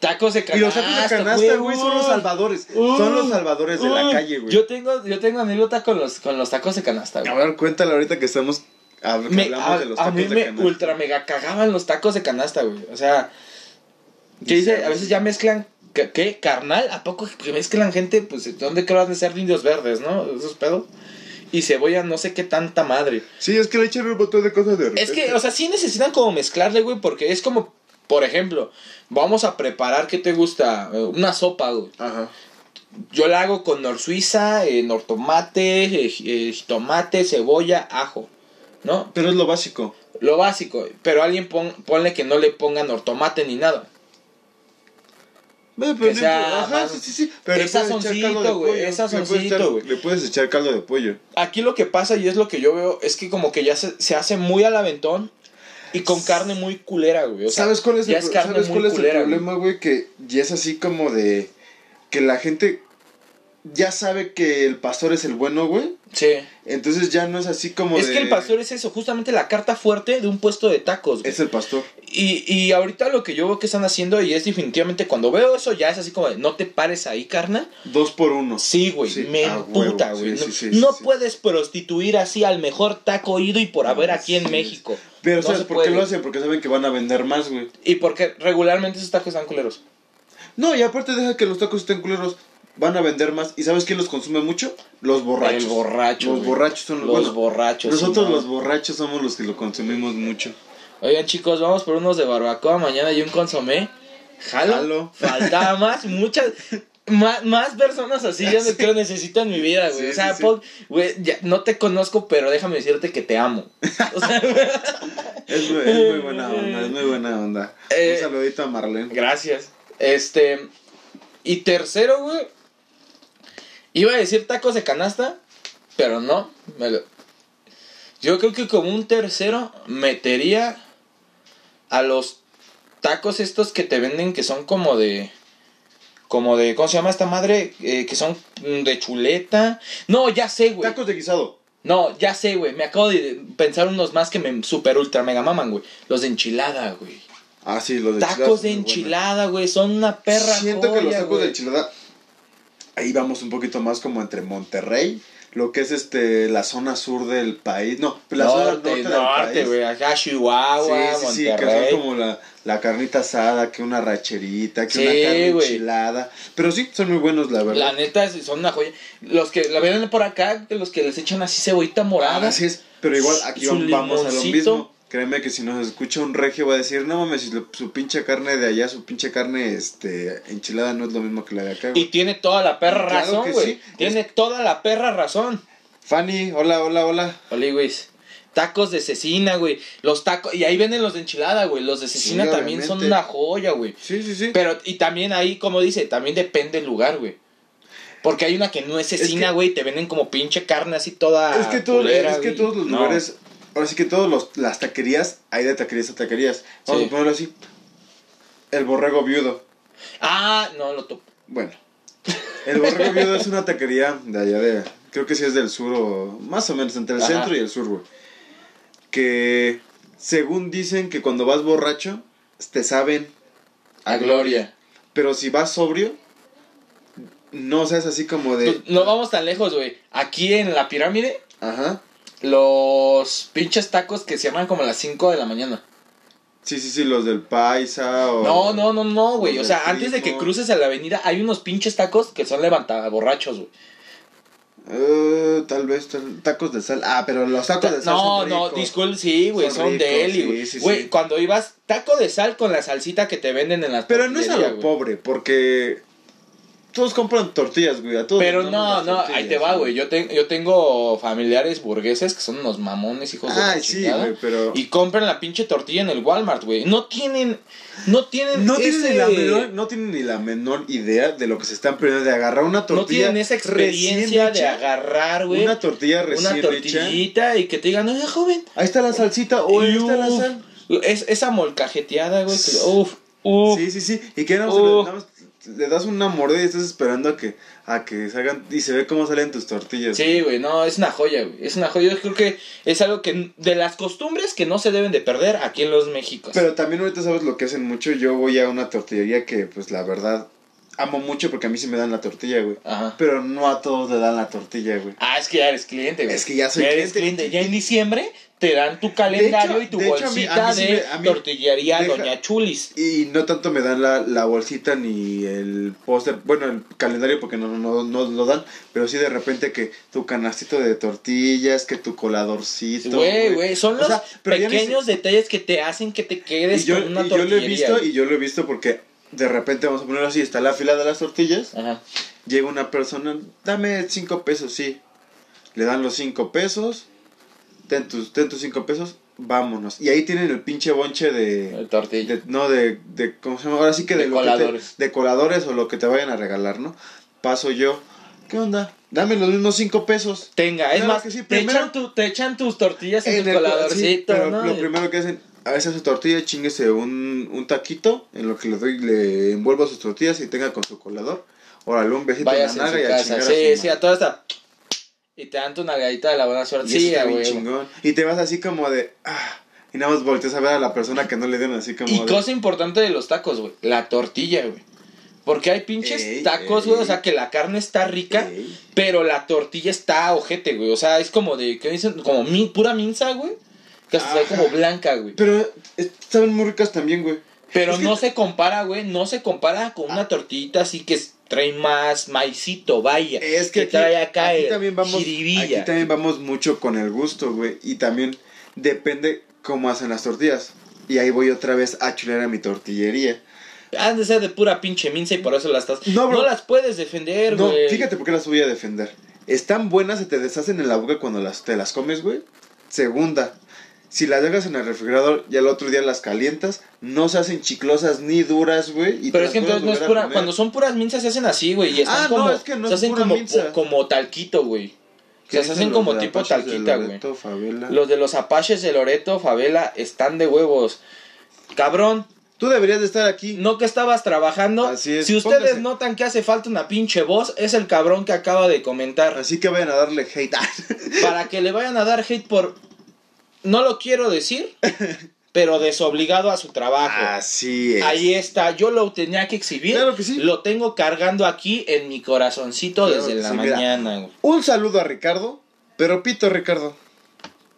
[SPEAKER 2] Tacos de
[SPEAKER 3] Y
[SPEAKER 2] canasta,
[SPEAKER 3] los tacos de canasta, güey, son los
[SPEAKER 2] uy,
[SPEAKER 3] salvadores. son los salvadores de la
[SPEAKER 2] uy.
[SPEAKER 3] calle, güey.
[SPEAKER 2] Yo tengo, yo tengo anécdota con los, con los tacos de canasta, güey.
[SPEAKER 3] A ver, cuéntale ahorita que estamos. hab- que
[SPEAKER 2] Me-
[SPEAKER 3] hablamos
[SPEAKER 2] a,
[SPEAKER 3] de los
[SPEAKER 2] a
[SPEAKER 3] tacos
[SPEAKER 2] mí
[SPEAKER 3] de
[SPEAKER 2] me
[SPEAKER 3] canasta.
[SPEAKER 2] ultra mega cagaban los tacos de canasta, güey. O sea, que dice, a veces ya mezclan, ¿qué? qué? ¿Carnal? ¿A poco que mezclan gente? Pues, ¿dónde creo han de ser indios verdes, no? Esos pedos. Y cebolla, no sé qué tanta madre.
[SPEAKER 3] Sí, es que le echan un montón de cosas de
[SPEAKER 2] Es
[SPEAKER 3] repente.
[SPEAKER 2] que, o sea, sí necesitan como mezclarle, güey, porque es como, por ejemplo, vamos a preparar, ¿qué te gusta? Eh, Una sopa, güey.
[SPEAKER 3] Ajá.
[SPEAKER 2] Yo la hago con nor suiza, eh, nortomate, eh, eh, jitomate, cebolla, ajo, ¿no?
[SPEAKER 3] Pero es lo básico.
[SPEAKER 2] Lo básico, pero alguien pon- ponle que no le pongan ortomate ni nada.
[SPEAKER 3] Ve,
[SPEAKER 2] Que
[SPEAKER 3] pero no
[SPEAKER 2] sea
[SPEAKER 3] importa. Ajá,
[SPEAKER 2] más-
[SPEAKER 3] sí, sí, sí. Pero le
[SPEAKER 2] es
[SPEAKER 3] puedes echar
[SPEAKER 2] sazoncito,
[SPEAKER 3] caldo de
[SPEAKER 2] güey,
[SPEAKER 3] pollo.
[SPEAKER 2] es
[SPEAKER 3] Le puedes echar-
[SPEAKER 2] sazoncito, güey.
[SPEAKER 3] Le puedes echar caldo de pollo.
[SPEAKER 2] Aquí lo que pasa y es lo que yo veo es que como que ya se, se hace muy al aventón y con carne muy culera, güey. O sea,
[SPEAKER 3] ¿Sabes cuál es
[SPEAKER 2] ya
[SPEAKER 3] el,
[SPEAKER 2] es
[SPEAKER 3] pro-
[SPEAKER 2] carne
[SPEAKER 3] ¿sabes
[SPEAKER 2] muy
[SPEAKER 3] cuál es el
[SPEAKER 2] culera, güey.
[SPEAKER 3] problema, güey? Que ya es así como de. Que la gente ya sabe que el pastor es el bueno, güey.
[SPEAKER 2] Sí.
[SPEAKER 3] Entonces ya no es así como
[SPEAKER 2] Es
[SPEAKER 3] de.
[SPEAKER 2] que el pastor es eso, justamente la carta fuerte de un puesto de tacos, güey.
[SPEAKER 3] Es el pastor.
[SPEAKER 2] Y, y ahorita lo que yo veo que están haciendo y es definitivamente cuando veo eso ya es así como de, no te pares ahí, carnal.
[SPEAKER 3] Dos por uno.
[SPEAKER 2] Sí, güey,
[SPEAKER 3] Sí,
[SPEAKER 2] me
[SPEAKER 3] a
[SPEAKER 2] emputa,
[SPEAKER 3] huevo,
[SPEAKER 2] güey.
[SPEAKER 3] sí,
[SPEAKER 2] no
[SPEAKER 3] sí, sí,
[SPEAKER 2] no
[SPEAKER 3] sí.
[SPEAKER 2] puedes prostituir así al mejor taco ido y por haber aquí en
[SPEAKER 3] Así es.
[SPEAKER 2] México.
[SPEAKER 3] Pero
[SPEAKER 2] No
[SPEAKER 3] ¿sabes
[SPEAKER 2] se
[SPEAKER 3] por qué
[SPEAKER 2] puede.
[SPEAKER 3] lo hacen? Porque saben que van a vender más, güey.
[SPEAKER 2] Y porque regularmente esos tacos están culeros.
[SPEAKER 3] No, y aparte deja que los tacos estén culeros. Van a vender más. ¿Y sabes quién los consume mucho? Los borrachos.
[SPEAKER 2] El borracho.
[SPEAKER 3] Los
[SPEAKER 2] güey.
[SPEAKER 3] borrachos son los,
[SPEAKER 2] los
[SPEAKER 3] bueno,
[SPEAKER 2] borrachos.
[SPEAKER 3] Nosotros
[SPEAKER 2] sí, no.
[SPEAKER 3] los borrachos somos los que lo consumimos mucho.
[SPEAKER 2] Oigan, chicos, vamos por unos de barbacoa. Mañana y un consomé. Jalo.
[SPEAKER 3] Jalo.
[SPEAKER 2] Faltaba más, muchas. Más, más personas así ya me creo necesito en mi vida, güey.
[SPEAKER 3] Sí,
[SPEAKER 2] o sea,
[SPEAKER 3] sí, sí.
[SPEAKER 2] Paul, güey, ya, no te conozco, pero déjame decirte que te amo. O sea,
[SPEAKER 3] Es muy, es muy buena onda, es muy buena onda.
[SPEAKER 2] Eh,
[SPEAKER 3] Un saludito a Marlene.
[SPEAKER 2] Gracias. Este. Y tercero, güey. Iba a decir tacos de canasta, pero no. me lo- Yo creo que como un tercero metería a los tacos estos que te venden que son como de... Como de... ¿Cómo se llama esta madre? Eh, que son mm, de chuleta. No, ya sé, güey.
[SPEAKER 3] Tacos de guisado.
[SPEAKER 2] No, ya sé, güey. Me acabo de pensar unos más que me super ultra mega maman, güey. Los de enchilada, güey.
[SPEAKER 3] Ah, sí, los de
[SPEAKER 2] Tacos de enchilada,
[SPEAKER 3] enchilada
[SPEAKER 2] güey, son una
[SPEAKER 3] son muy
[SPEAKER 2] perra
[SPEAKER 3] buenos. Siento que los
[SPEAKER 2] joya,
[SPEAKER 3] tacos
[SPEAKER 2] güey.
[SPEAKER 3] de enchilada. Ahí vamos un poquito más como entre Monterrey, lo que es este la zona sur del país. No, la zona norte
[SPEAKER 2] Norte,
[SPEAKER 3] del
[SPEAKER 2] norte,
[SPEAKER 3] país.
[SPEAKER 2] güey, acá Chihuahua,
[SPEAKER 3] sí, sí, sí, que
[SPEAKER 2] Monterrey.
[SPEAKER 3] son como la, la carnita asada, que una racherita, que una
[SPEAKER 2] Sí,
[SPEAKER 3] carne
[SPEAKER 2] güey.
[SPEAKER 3] enchilada. Pero sí, son muy buenos, la
[SPEAKER 2] La
[SPEAKER 3] verdad.
[SPEAKER 2] neta, es- son una joya. Los que la vienen por acá, que los que les echan así cebollita morada.
[SPEAKER 3] Así es, pero igual aquí
[SPEAKER 2] Su
[SPEAKER 3] vamos a lo
[SPEAKER 2] limoncito.
[SPEAKER 3] mismo. Créeme que si nos escucha un regio va a decir, no mames, si lo- su pinche carne de allá, su pinche carne este, enchilada no es lo mismo que la de acá.
[SPEAKER 2] Y
[SPEAKER 3] güey".
[SPEAKER 2] tiene toda la perra
[SPEAKER 3] Claro
[SPEAKER 2] razón,
[SPEAKER 3] que
[SPEAKER 2] güey.
[SPEAKER 3] sí.
[SPEAKER 2] Tiene toda la perra razón.
[SPEAKER 3] Fanny, hola, hola, hola.
[SPEAKER 2] Oli, güey. Tacos de cecina, güey. Los tacos. Y ahí vienen los de enchilada, güey. Los de cecina también son
[SPEAKER 3] obviamente.
[SPEAKER 2] una joya, güey.
[SPEAKER 3] Sí, sí, sí.
[SPEAKER 2] Pero, y también ahí, como dice, también depende el lugar, güey. Porque hay una que no es cecina,
[SPEAKER 3] que-
[SPEAKER 2] güey, te venden como pinche carne así toda.
[SPEAKER 3] es que, todos,
[SPEAKER 2] culera,
[SPEAKER 3] es que
[SPEAKER 2] güey.
[SPEAKER 3] todos los
[SPEAKER 2] No.
[SPEAKER 3] lugares, ahora sí que todas las taquerías, hay de taquerías a taquerías. Vamos
[SPEAKER 2] Sí.
[SPEAKER 3] a ponerlo así. El borrego viudo.
[SPEAKER 2] Ah, no, lo topo.
[SPEAKER 3] Bueno. El borrego viudo es una taquería de allá de. Creo que sí es del sur o. Más o menos, entre el
[SPEAKER 2] Ajá.
[SPEAKER 3] centro y el sur, güey. Que según dicen que cuando vas borracho, te saben.
[SPEAKER 2] A Gloria.
[SPEAKER 3] Pero si vas sobrio, no seas así como de.
[SPEAKER 2] Pues, No vamos tan lejos, güey. Aquí en la pirámide,
[SPEAKER 3] Ajá.
[SPEAKER 2] los pinches tacos que cierran como a las 5 de la mañana.
[SPEAKER 3] Sí, sí, sí, los del paisa o.
[SPEAKER 2] No, no, no, no, güey.
[SPEAKER 3] Los
[SPEAKER 2] O
[SPEAKER 3] del
[SPEAKER 2] sea, antes de que
[SPEAKER 3] turismo.
[SPEAKER 2] cruces a la avenida, hay unos pinches tacos que son levantaborrachos, güey.
[SPEAKER 3] Eh, tal vez tal- tacos de sal. Ah, pero los tacos de sal.
[SPEAKER 2] No,
[SPEAKER 3] son
[SPEAKER 2] no,
[SPEAKER 3] ricos.
[SPEAKER 2] disculpe, sí, güey, son,
[SPEAKER 3] Son
[SPEAKER 2] de
[SPEAKER 3] ricos,
[SPEAKER 2] Eli,
[SPEAKER 3] sí,
[SPEAKER 2] güey.
[SPEAKER 3] sí,
[SPEAKER 2] Güey,
[SPEAKER 3] sí.
[SPEAKER 2] cuando ibas, taco de sal con la salsita que te venden en las
[SPEAKER 3] Pero no es a
[SPEAKER 2] tortillerías, güey.
[SPEAKER 3] lo pobre, porque todos compran tortillas, güey. A todos
[SPEAKER 2] Pero
[SPEAKER 3] les
[SPEAKER 2] no,
[SPEAKER 3] maman
[SPEAKER 2] no,
[SPEAKER 3] las
[SPEAKER 2] ahí
[SPEAKER 3] tortillas,
[SPEAKER 2] te va, güey. Yo, ten- yo tengo familiares burgueses que son unos mamones, hijos de
[SPEAKER 3] Ay,
[SPEAKER 2] la
[SPEAKER 3] Ah, sí,
[SPEAKER 2] chingada,
[SPEAKER 3] güey, pero.
[SPEAKER 2] Pues Y compran la pinche tortilla en el Walmart, güey. No tienen. No tienen.
[SPEAKER 3] No tienen,
[SPEAKER 2] ese-
[SPEAKER 3] ni la menor, no tienen ni la menor idea de lo que se están perdiendo de agarrar una
[SPEAKER 2] No
[SPEAKER 3] tortilla.
[SPEAKER 2] tienen esa experiencia
[SPEAKER 3] recién
[SPEAKER 2] de
[SPEAKER 3] hecha,
[SPEAKER 2] agarrar, güey.
[SPEAKER 3] Una
[SPEAKER 2] Una,
[SPEAKER 3] tortilla recién hecha.
[SPEAKER 2] tortillita y que te digan, oye, joven.
[SPEAKER 3] Ahí está la salsita, o ahí
[SPEAKER 2] y
[SPEAKER 3] está la
[SPEAKER 2] uf,
[SPEAKER 3] sal.
[SPEAKER 2] es, esa molcajeteada, güey. que- Uf, uf.
[SPEAKER 3] Sí, sí, sí. Y que nada más
[SPEAKER 2] Uh.
[SPEAKER 3] le- nada más le das una mordida y estás esperando a que, a que salgan. Y se ve cómo salen tus tortillas.
[SPEAKER 2] Sí, güey, no, es una joya, güey. Es una joya. Yo creo que es algo que. De las costumbres que no se deben de perder aquí en los Méxicos.
[SPEAKER 3] Pero también ahorita sabes lo que hacen mucho. Yo voy a una tortillería que, pues la verdad, amo mucho porque a mí sí me dan la tortilla, güey.
[SPEAKER 2] Ajá.
[SPEAKER 3] Pero no a todos le dan la tortilla, güey.
[SPEAKER 2] Ah, es que ya eres cliente, güey.
[SPEAKER 3] Es que ya soy
[SPEAKER 2] eres
[SPEAKER 3] cliente.
[SPEAKER 2] Ya en diciembre te dan tu calendario
[SPEAKER 3] hecho-
[SPEAKER 2] y tu
[SPEAKER 3] de hecho, a mí- a mí
[SPEAKER 2] bolsita
[SPEAKER 3] sí
[SPEAKER 2] de
[SPEAKER 3] me- a mí-
[SPEAKER 2] tortillería
[SPEAKER 3] deja-
[SPEAKER 2] Doña Chulis.
[SPEAKER 3] Y no tanto me dan la, la bolsita ni el póster, bueno, el calendario porque no, no, no lo dan, pero sí de repente que tu canastito de tortillas, que tu coladorcito.
[SPEAKER 2] Güey, güey, son
[SPEAKER 3] O
[SPEAKER 2] los
[SPEAKER 3] sea, pero ya ni
[SPEAKER 2] pequeños detalles que te hacen que te
[SPEAKER 3] Y
[SPEAKER 2] quedes
[SPEAKER 3] yo,
[SPEAKER 2] con una
[SPEAKER 3] y yo lo
[SPEAKER 2] tortillería.
[SPEAKER 3] he visto, y yo lo he visto porque de repente, vamos a ponerlo así, está la fila de las tortillas,
[SPEAKER 2] Ajá.
[SPEAKER 3] llega una persona, dame cinco pesos, sí. Le dan los cinco pesos, ten tus, ten tus cinco pesos, vámonos. Y ahí tienen el pinche bonche de...
[SPEAKER 2] de tortilla.
[SPEAKER 3] de- no, de, de- ¿Cómo se llama? Ahora sí que de,
[SPEAKER 2] De
[SPEAKER 3] lo que te-
[SPEAKER 2] coladores.
[SPEAKER 3] de coladores o lo que te vayan a regalar, ¿no? Paso yo. ¿Qué onda? Dame los mismos cinco pesos.
[SPEAKER 2] Tenga, es
[SPEAKER 3] Claro
[SPEAKER 2] más,
[SPEAKER 3] que sí,
[SPEAKER 2] te,
[SPEAKER 3] primero-
[SPEAKER 2] echan tu- te echan tus tortillas en, tu
[SPEAKER 3] el co- sí,
[SPEAKER 2] coladorcito,
[SPEAKER 3] pero
[SPEAKER 2] ¿no?
[SPEAKER 3] lo primero que hacen, a veces su tortilla, chinguese un, un taquito, en lo que le doy, le envuelvo sus tortillas y tenga con su colador. Órale, un besito en la
[SPEAKER 2] Vayas a su
[SPEAKER 3] nalga y a
[SPEAKER 2] casa.
[SPEAKER 3] chingar a
[SPEAKER 2] Sí,
[SPEAKER 3] su
[SPEAKER 2] sí,
[SPEAKER 3] madre.
[SPEAKER 2] a toda esta. Y te dan tu nalgadita de la buena suerte.
[SPEAKER 3] Y
[SPEAKER 2] Sí,
[SPEAKER 3] eso está
[SPEAKER 2] a
[SPEAKER 3] bien
[SPEAKER 2] huevo.
[SPEAKER 3] chingón. Y te vas así como de. Ah, y nada más volteas a ver a la persona que no le dieron así como.
[SPEAKER 2] Y
[SPEAKER 3] de,
[SPEAKER 2] cosa importante de los tacos, güey. La tortilla, güey. Porque hay pinches
[SPEAKER 3] Ey,
[SPEAKER 2] tacos, güey. O
[SPEAKER 3] ey.
[SPEAKER 2] sea, que la carne está rica,
[SPEAKER 3] "Ey".
[SPEAKER 2] pero la tortilla está ojete, güey. O sea, es como de, ¿qué dicen? Como min- pura minza, güey. Que hasta se ve
[SPEAKER 3] Ajá.
[SPEAKER 2] como blanca, güey.
[SPEAKER 3] Pero eh, saben muy ricas también, güey.
[SPEAKER 2] Pero
[SPEAKER 3] es que-
[SPEAKER 2] no se compara, güey. No se compara con una tortillita así que es- trae más maicito, vaya.
[SPEAKER 3] Es que aquí,
[SPEAKER 2] trae acá
[SPEAKER 3] aquí
[SPEAKER 2] el
[SPEAKER 3] también vamos,
[SPEAKER 2] jiribilla.
[SPEAKER 3] aquí también vamos mucho con el gusto, güey. Y también depende cómo hacen las tortillas. Y ahí voy otra vez a chulear a mi tortillería.
[SPEAKER 2] Han de ser de pura pinche minza y por eso las estás.
[SPEAKER 3] No,
[SPEAKER 2] No,
[SPEAKER 3] bro.
[SPEAKER 2] las puedes defender,
[SPEAKER 3] No,
[SPEAKER 2] güey.
[SPEAKER 3] fíjate por qué las voy a defender. Están buenas, se te deshacen en la boca cuando las, te las comes, güey. Segunda, si las dejas en el refrigerador y al otro día las calientas, no se hacen chiclosas ni duras, güey. y te
[SPEAKER 2] Pero es
[SPEAKER 3] las
[SPEAKER 2] que
[SPEAKER 3] puedes
[SPEAKER 2] entonces no es
[SPEAKER 3] volver a
[SPEAKER 2] pura.
[SPEAKER 3] comer.
[SPEAKER 2] Cuando son puras minzas se hacen así, güey. Y están
[SPEAKER 3] Ah, no,
[SPEAKER 2] como.
[SPEAKER 3] es que no
[SPEAKER 2] se
[SPEAKER 3] es
[SPEAKER 2] hacen
[SPEAKER 3] pura
[SPEAKER 2] como,
[SPEAKER 3] minza.
[SPEAKER 2] co- como talquito, güey. O sea,
[SPEAKER 3] ¿Qué
[SPEAKER 2] se
[SPEAKER 3] dicen
[SPEAKER 2] hacen
[SPEAKER 3] los
[SPEAKER 2] como
[SPEAKER 3] de
[SPEAKER 2] tipo
[SPEAKER 3] Apaches de
[SPEAKER 2] talquita, güey.
[SPEAKER 3] Loreto, Favela?
[SPEAKER 2] Los de los apaches de Loreto, Favela, están de huevos. Cabrón,
[SPEAKER 3] Tú deberías de estar aquí.
[SPEAKER 2] no que estabas trabajando.
[SPEAKER 3] Así es,
[SPEAKER 2] si ustedes
[SPEAKER 3] póngase.
[SPEAKER 2] notan que hace falta una pinche voz, es el cabrón que acaba de comentar.
[SPEAKER 3] Así que vayan a darle hate.
[SPEAKER 2] para que le vayan a dar hate por. No lo quiero decir, pero desobligado a su trabajo.
[SPEAKER 3] Así es.
[SPEAKER 2] Ahí está, yo lo tenía que exhibir.
[SPEAKER 3] Claro que sí.
[SPEAKER 2] Lo tengo cargando aquí en mi corazoncito
[SPEAKER 3] Claro
[SPEAKER 2] desde
[SPEAKER 3] que
[SPEAKER 2] la
[SPEAKER 3] sí, mira.
[SPEAKER 2] mañana, güey.
[SPEAKER 3] Un saludo a Ricardo, pero pito Ricardo,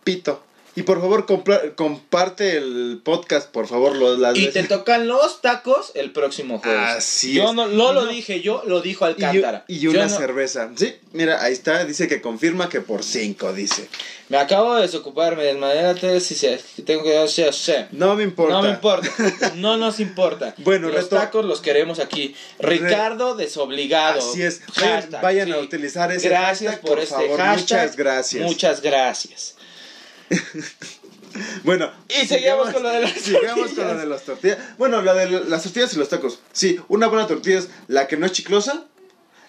[SPEAKER 3] pito. Y por favor compra- comparte el podcast, por favor, lo- las
[SPEAKER 2] Y te
[SPEAKER 3] veces-
[SPEAKER 2] tocan los tacos el próximo jueves.
[SPEAKER 3] Así
[SPEAKER 2] yo
[SPEAKER 3] es.
[SPEAKER 2] no, no lo
[SPEAKER 3] No.
[SPEAKER 2] dije yo, lo dijo
[SPEAKER 3] Y yo-
[SPEAKER 2] Alcántara.
[SPEAKER 3] Y,
[SPEAKER 2] Yo
[SPEAKER 3] una
[SPEAKER 2] no-
[SPEAKER 3] cerveza. Sí, mira, ahí está, dice que confirma que por cinco, dice.
[SPEAKER 2] me acabo de desocupar, me desmadérate si se, tengo que hacer. sé.
[SPEAKER 3] No me importa.
[SPEAKER 2] No me importa, no nos importa.
[SPEAKER 3] Bueno,
[SPEAKER 2] los
[SPEAKER 3] reto-
[SPEAKER 2] tacos los queremos aquí.
[SPEAKER 3] Re-
[SPEAKER 2] Ricardo desobligado.
[SPEAKER 3] Así es. Vayan,
[SPEAKER 2] Hashtag,
[SPEAKER 3] vayan a
[SPEAKER 2] sí.
[SPEAKER 3] utilizar ese
[SPEAKER 2] Gracias
[SPEAKER 3] hashtag,
[SPEAKER 2] por, este
[SPEAKER 3] favor.
[SPEAKER 2] hashtag.
[SPEAKER 3] Muchas gracias.
[SPEAKER 2] Muchas gracias.
[SPEAKER 3] Bueno,
[SPEAKER 2] Y sigamos con lo de las
[SPEAKER 3] sigamos con
[SPEAKER 2] tortillas.
[SPEAKER 3] lo de las tortillas. Bueno, lo de las tortillas y los tacos. Sí, una buena tortilla es la que no es chiclosa,